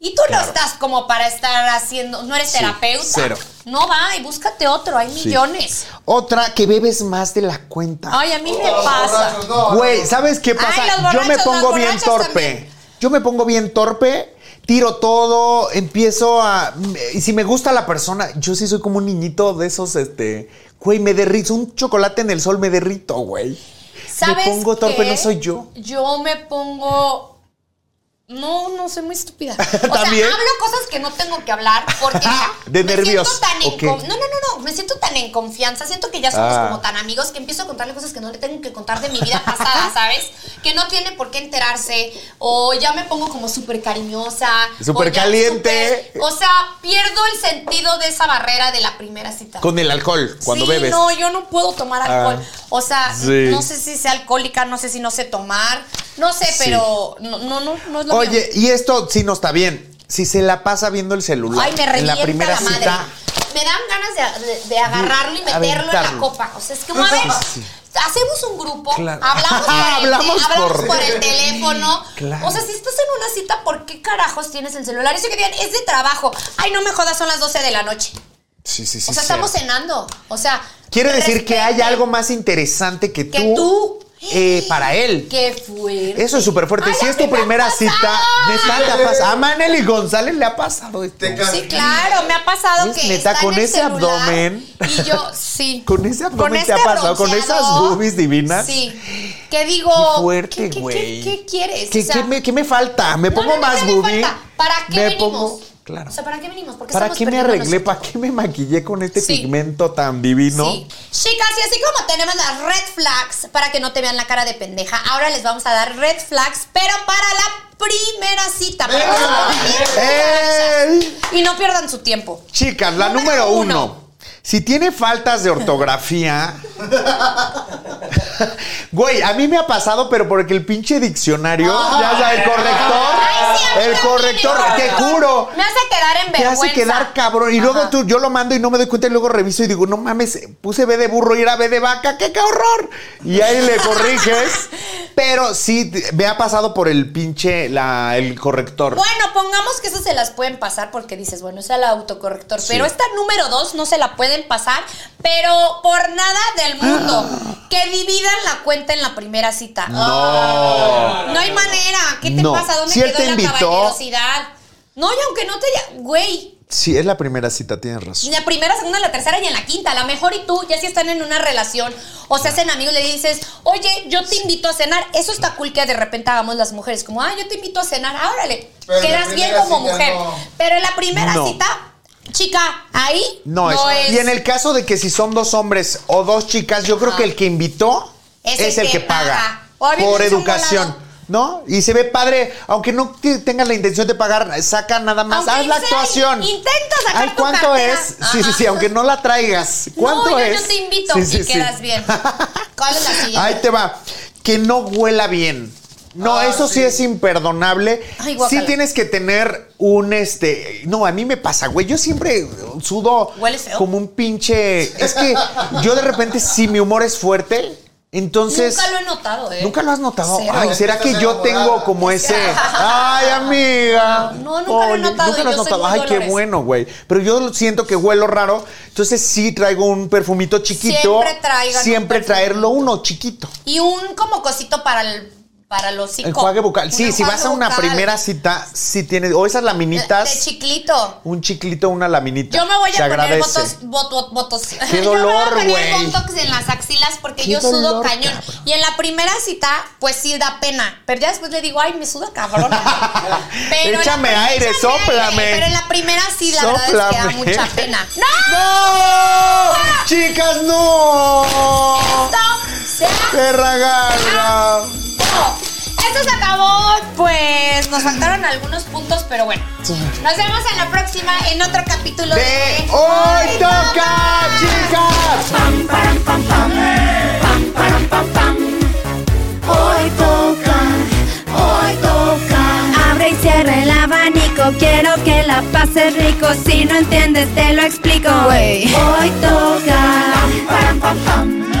Speaker 1: Y tú no estás como para estar haciendo, no eres terapeuta.
Speaker 2: cero.
Speaker 1: No va, y búscate otro, hay millones.
Speaker 2: Otra que bebes más de la cuenta.
Speaker 1: Ay, a mí me pasa.
Speaker 7: Borrachos, no,
Speaker 2: Güey, ¿sabes qué pasa?
Speaker 1: Ay, los
Speaker 2: Yo me
Speaker 1: borrachos,
Speaker 2: pongo
Speaker 1: los
Speaker 2: bien
Speaker 1: borrachos
Speaker 2: torpe.
Speaker 1: también.
Speaker 2: Yo me pongo bien torpe, tiro todo, empiezo a. Y si me gusta la persona, yo sí soy como un niñito de esos, este. Güey, me derrito. Un chocolate en el sol me derrito, güey.
Speaker 1: ¿Sabes
Speaker 2: me pongo torpe,
Speaker 1: qué?
Speaker 2: no soy yo.
Speaker 1: Yo me pongo No, no, soy muy estúpida. O sea,
Speaker 2: ¿También? Ah,
Speaker 1: hablo cosas que no tengo que hablar porque
Speaker 2: De
Speaker 1: me
Speaker 2: nervios,
Speaker 1: siento tan en
Speaker 2: ok.
Speaker 1: con- No, no, no, no, me siento tan en confianza, siento que ya somos
Speaker 2: Ah.
Speaker 1: como tan amigos que empiezo a contarle cosas que no le tengo que contar de mi vida pasada, ¿sabes? Que no tiene por qué enterarse o ya me pongo como súper cariñosa. o
Speaker 2: Súper
Speaker 1: ya
Speaker 2: caliente.
Speaker 1: súper- o sea, pierdo el sentido de esa barrera de la primera cita.
Speaker 2: Con el alcohol, cuando
Speaker 1: sí,
Speaker 2: bebes.
Speaker 1: no, yo no puedo tomar alcohol.
Speaker 2: Ah.
Speaker 1: o sea,
Speaker 2: Sí.
Speaker 1: no sé si sea alcohólica, no sé si no sé tomar, no sé,
Speaker 2: Sí.
Speaker 1: pero no, no, no, no es lo mío.
Speaker 2: Oye, y esto sí no está bien. Si se la pasa viendo el celular
Speaker 1: Ay, me
Speaker 2: en
Speaker 1: revienta
Speaker 2: la
Speaker 1: la,
Speaker 2: primera
Speaker 1: madre.
Speaker 2: cita.
Speaker 1: Me dan ganas de, de- de agarrarlo y meterlo en la
Speaker 2: Aventarlo.
Speaker 1: copa. O sea, es como, a ver,
Speaker 2: Sí.
Speaker 1: hacemos un grupo,
Speaker 2: Claro.
Speaker 1: hablamos, por el,
Speaker 2: Hablamos
Speaker 1: te- hablamos
Speaker 2: por-
Speaker 1: por el teléfono.
Speaker 2: Claro.
Speaker 1: O sea, si estás en una cita, ¿por qué carajos tienes el celular? Eso que digan, es de trabajo. Ay, no me jodas, son las 12 de la noche.
Speaker 2: Sí, sí, sí.
Speaker 1: O sea,
Speaker 2: sí.
Speaker 1: estamos cenando. O sea,
Speaker 2: Quiere decir que hay
Speaker 1: respeten
Speaker 2: algo más interesante que tú.
Speaker 1: que tú.
Speaker 2: eh, para él.
Speaker 1: Qué fuerte.
Speaker 2: Eso es súper fuerte.
Speaker 1: Ay,
Speaker 2: si
Speaker 1: a
Speaker 2: es
Speaker 1: mí
Speaker 2: tu
Speaker 1: me ha
Speaker 2: primera
Speaker 1: pasado.
Speaker 2: cita, neta, le ha pasado. A Maneli González le ha pasado esto.
Speaker 1: Sí, claro, me ha pasado
Speaker 2: Es
Speaker 1: que
Speaker 2: neta,
Speaker 1: está
Speaker 2: con
Speaker 1: en el
Speaker 2: ese
Speaker 1: celular
Speaker 2: abdomen.
Speaker 1: Y yo, sí.
Speaker 2: Con ese abdomen te
Speaker 1: este
Speaker 2: ha pasado, con esas
Speaker 1: bronceado,
Speaker 2: boobies divinas.
Speaker 1: Sí. Que digo,
Speaker 2: Qué
Speaker 1: ¿qué-
Speaker 2: fuerte,
Speaker 1: qué-
Speaker 2: güey.
Speaker 1: ¿Qué, qué quieres?
Speaker 2: ¿Qué,
Speaker 1: O sea,
Speaker 2: qué me, qué me falta? ¿Me
Speaker 1: no,
Speaker 2: pongo
Speaker 1: no, no,
Speaker 2: más
Speaker 1: no me
Speaker 2: boobie?
Speaker 1: falta. ¿Para qué
Speaker 2: me
Speaker 1: venimos?
Speaker 2: pongo. Claro.
Speaker 1: O sea, ¿para qué venimos? Porque
Speaker 2: ¿Para
Speaker 1: estamos
Speaker 2: qué me
Speaker 1: perdiendo
Speaker 2: arreglé?
Speaker 1: nuestro-
Speaker 2: ¿Para qué me maquillé con este
Speaker 1: Sí.
Speaker 2: pigmento tan divino?
Speaker 1: Sí. Chicas, y así como tenemos las red flags para que no te vean la cara de pendeja, ahora les vamos a dar red flags, pero para la primera cita. para que se pongan bien borrachas.
Speaker 2: ¡Ey!
Speaker 1: Y no pierdan su tiempo.
Speaker 2: Chicas, la
Speaker 1: Número
Speaker 2: número,
Speaker 1: uno.
Speaker 2: uno. Si tiene faltas de ortografía. Güey, a mí me ha pasado, pero porque el pinche diccionario, ya sabes, el corrector.
Speaker 1: Ah. Ay, sí, a mí
Speaker 2: el
Speaker 1: también,
Speaker 2: corrector,
Speaker 1: no,
Speaker 2: te
Speaker 1: no, no.
Speaker 2: juro.
Speaker 1: Me hace quedar en
Speaker 2: Te
Speaker 1: vergüenza.
Speaker 2: hace quedar cabrón. Y luego
Speaker 1: Ajá.
Speaker 2: tú, yo lo mando y no me doy cuenta y luego reviso y digo, no mames, puse B de burro y era B de vaca, qué, qué horror. Y ahí le corriges. Pero sí, te- me ha pasado por el pinche, la, el corrector.
Speaker 1: Bueno, pongamos que esas se las pueden pasar porque dices, bueno, es el autocorrector. Pero esta número dos no se la pueden pasar, pero por nada del mundo.
Speaker 2: Ah.
Speaker 1: Que dividan la cuenta en la primera cita. Ah. No. No hay manera. ¿Qué te
Speaker 2: No.
Speaker 1: pasa? ¿Dónde
Speaker 2: Si él
Speaker 1: quedó
Speaker 2: te
Speaker 1: la
Speaker 2: invitó-
Speaker 1: caballerosidad? No, y aunque no te... haya- Güey,
Speaker 2: Sí, es la primera cita, tienes razón.
Speaker 1: En la primera, segunda, la tercera y en la quinta. A lo mejor y tú, ya si están en una relación o se hacen amigos, le dices, oye, yo te invito a cenar. Eso está cool que de repente hagamos las mujeres, como, ah, yo te invito a cenar, ah, órale.
Speaker 7: Pero en la
Speaker 1: Quedas bien
Speaker 7: primera
Speaker 1: como
Speaker 7: cita
Speaker 1: mujer.
Speaker 7: no.
Speaker 1: Pero en la primera
Speaker 2: No.
Speaker 1: cita, chica, ahí
Speaker 2: No, es. Y en el caso de que si son dos hombres o dos chicas, yo creo
Speaker 1: Ajá.
Speaker 2: que el que invitó
Speaker 1: Es
Speaker 2: es,
Speaker 1: el
Speaker 2: el
Speaker 1: que
Speaker 2: que, paga.
Speaker 1: paga. Obvio,
Speaker 2: Por
Speaker 1: es un
Speaker 2: educación.
Speaker 1: volado.
Speaker 2: ¿No? Y se ve padre, aunque no te- tengas la intención de pagar, saca nada más,
Speaker 1: Aunque
Speaker 2: haz la
Speaker 1: sea,
Speaker 2: actuación.
Speaker 1: intenta sacar
Speaker 2: Ay,
Speaker 1: tu
Speaker 2: ¿cuánto
Speaker 1: cartera?
Speaker 2: es? Sí, sí, sí,
Speaker 1: Ajá.
Speaker 2: aunque no la traigas. ¿Cuánto
Speaker 1: no, yo-
Speaker 2: es?
Speaker 1: Yo, te invito
Speaker 2: Sí, sí,
Speaker 1: y
Speaker 2: sí.
Speaker 1: quedas bien. ¿Cuál es la siguiente?
Speaker 2: Ahí te va. Que no huela bien. No, eso sí. es imperdonable.
Speaker 1: Ah, Ay, guácala.
Speaker 2: sí tienes que tener un este. No, a mí me pasa, güey. Yo siempre sudo
Speaker 1: ¿Hueles feo?
Speaker 2: como un pinche. Es que yo de repente, si mi humor es fuerte, entonces.
Speaker 1: Nunca lo he notado, ¿eh?
Speaker 2: ¿Nunca lo has notado?
Speaker 1: Cero.
Speaker 2: Ay, ¿será que
Speaker 7: Estás
Speaker 2: yo
Speaker 7: enamorada.
Speaker 2: tengo como ese? Ay, amiga.
Speaker 1: No, no, nunca lo he
Speaker 2: Oye,
Speaker 1: notado,
Speaker 2: Nunca lo has
Speaker 1: yo soy
Speaker 2: notado.
Speaker 1: muy
Speaker 2: Ay, qué
Speaker 1: Dolores.
Speaker 2: bueno, güey. Pero yo siento que huelo raro. Entonces sí traigo un perfumito chiquito.
Speaker 1: Siempre traigan un
Speaker 2: Siempre
Speaker 1: perfumito.
Speaker 2: traerlo uno chiquito.
Speaker 1: Y un como cosito para el... Para los cinco.
Speaker 2: Enjuague bucal. Sí, si vas a una primera cita, sí tienes. O esas
Speaker 1: De
Speaker 2: laminitas.
Speaker 1: chiclito.
Speaker 2: Un chiclito, una laminita.
Speaker 1: Yo me voy a
Speaker 2: Se
Speaker 1: poner
Speaker 2: agradece.
Speaker 1: botox, bot, bot- botox.
Speaker 2: Qué
Speaker 1: yo me voy a
Speaker 2: dolor,
Speaker 1: poner
Speaker 2: güey.
Speaker 1: botox en las axilas porque
Speaker 2: Qué
Speaker 1: yo sudo
Speaker 2: dolor,
Speaker 1: cañón.
Speaker 2: cabrón.
Speaker 1: Y en la primera cita, pues sí da pena. Pero ya después le digo, ay, me suda cabrón. en la
Speaker 2: Échame
Speaker 1: primera-
Speaker 2: aire,
Speaker 1: échame
Speaker 2: sóplame.
Speaker 1: aire. Pero en la primera sí, la verdad es que da
Speaker 2: Sóplame.
Speaker 1: mucha pena. ¡No!
Speaker 2: ¡No! ¡Chicas, no!
Speaker 1: Ah. Esto se
Speaker 2: ¡Perra garra!
Speaker 1: Ah. acabó. Esto se acabó. Pues nos faltaron algunos puntos, pero bueno. Nos vemos en la próxima, en otro capítulo de,
Speaker 2: ¡De hoy toca, chicas!
Speaker 4: Hoy toca, hoy toca. Abre y cierra el abanico, quiero que la pases rico. Si no entiendes, te lo explico. Hoy toca. Hoy toca, hoy toca.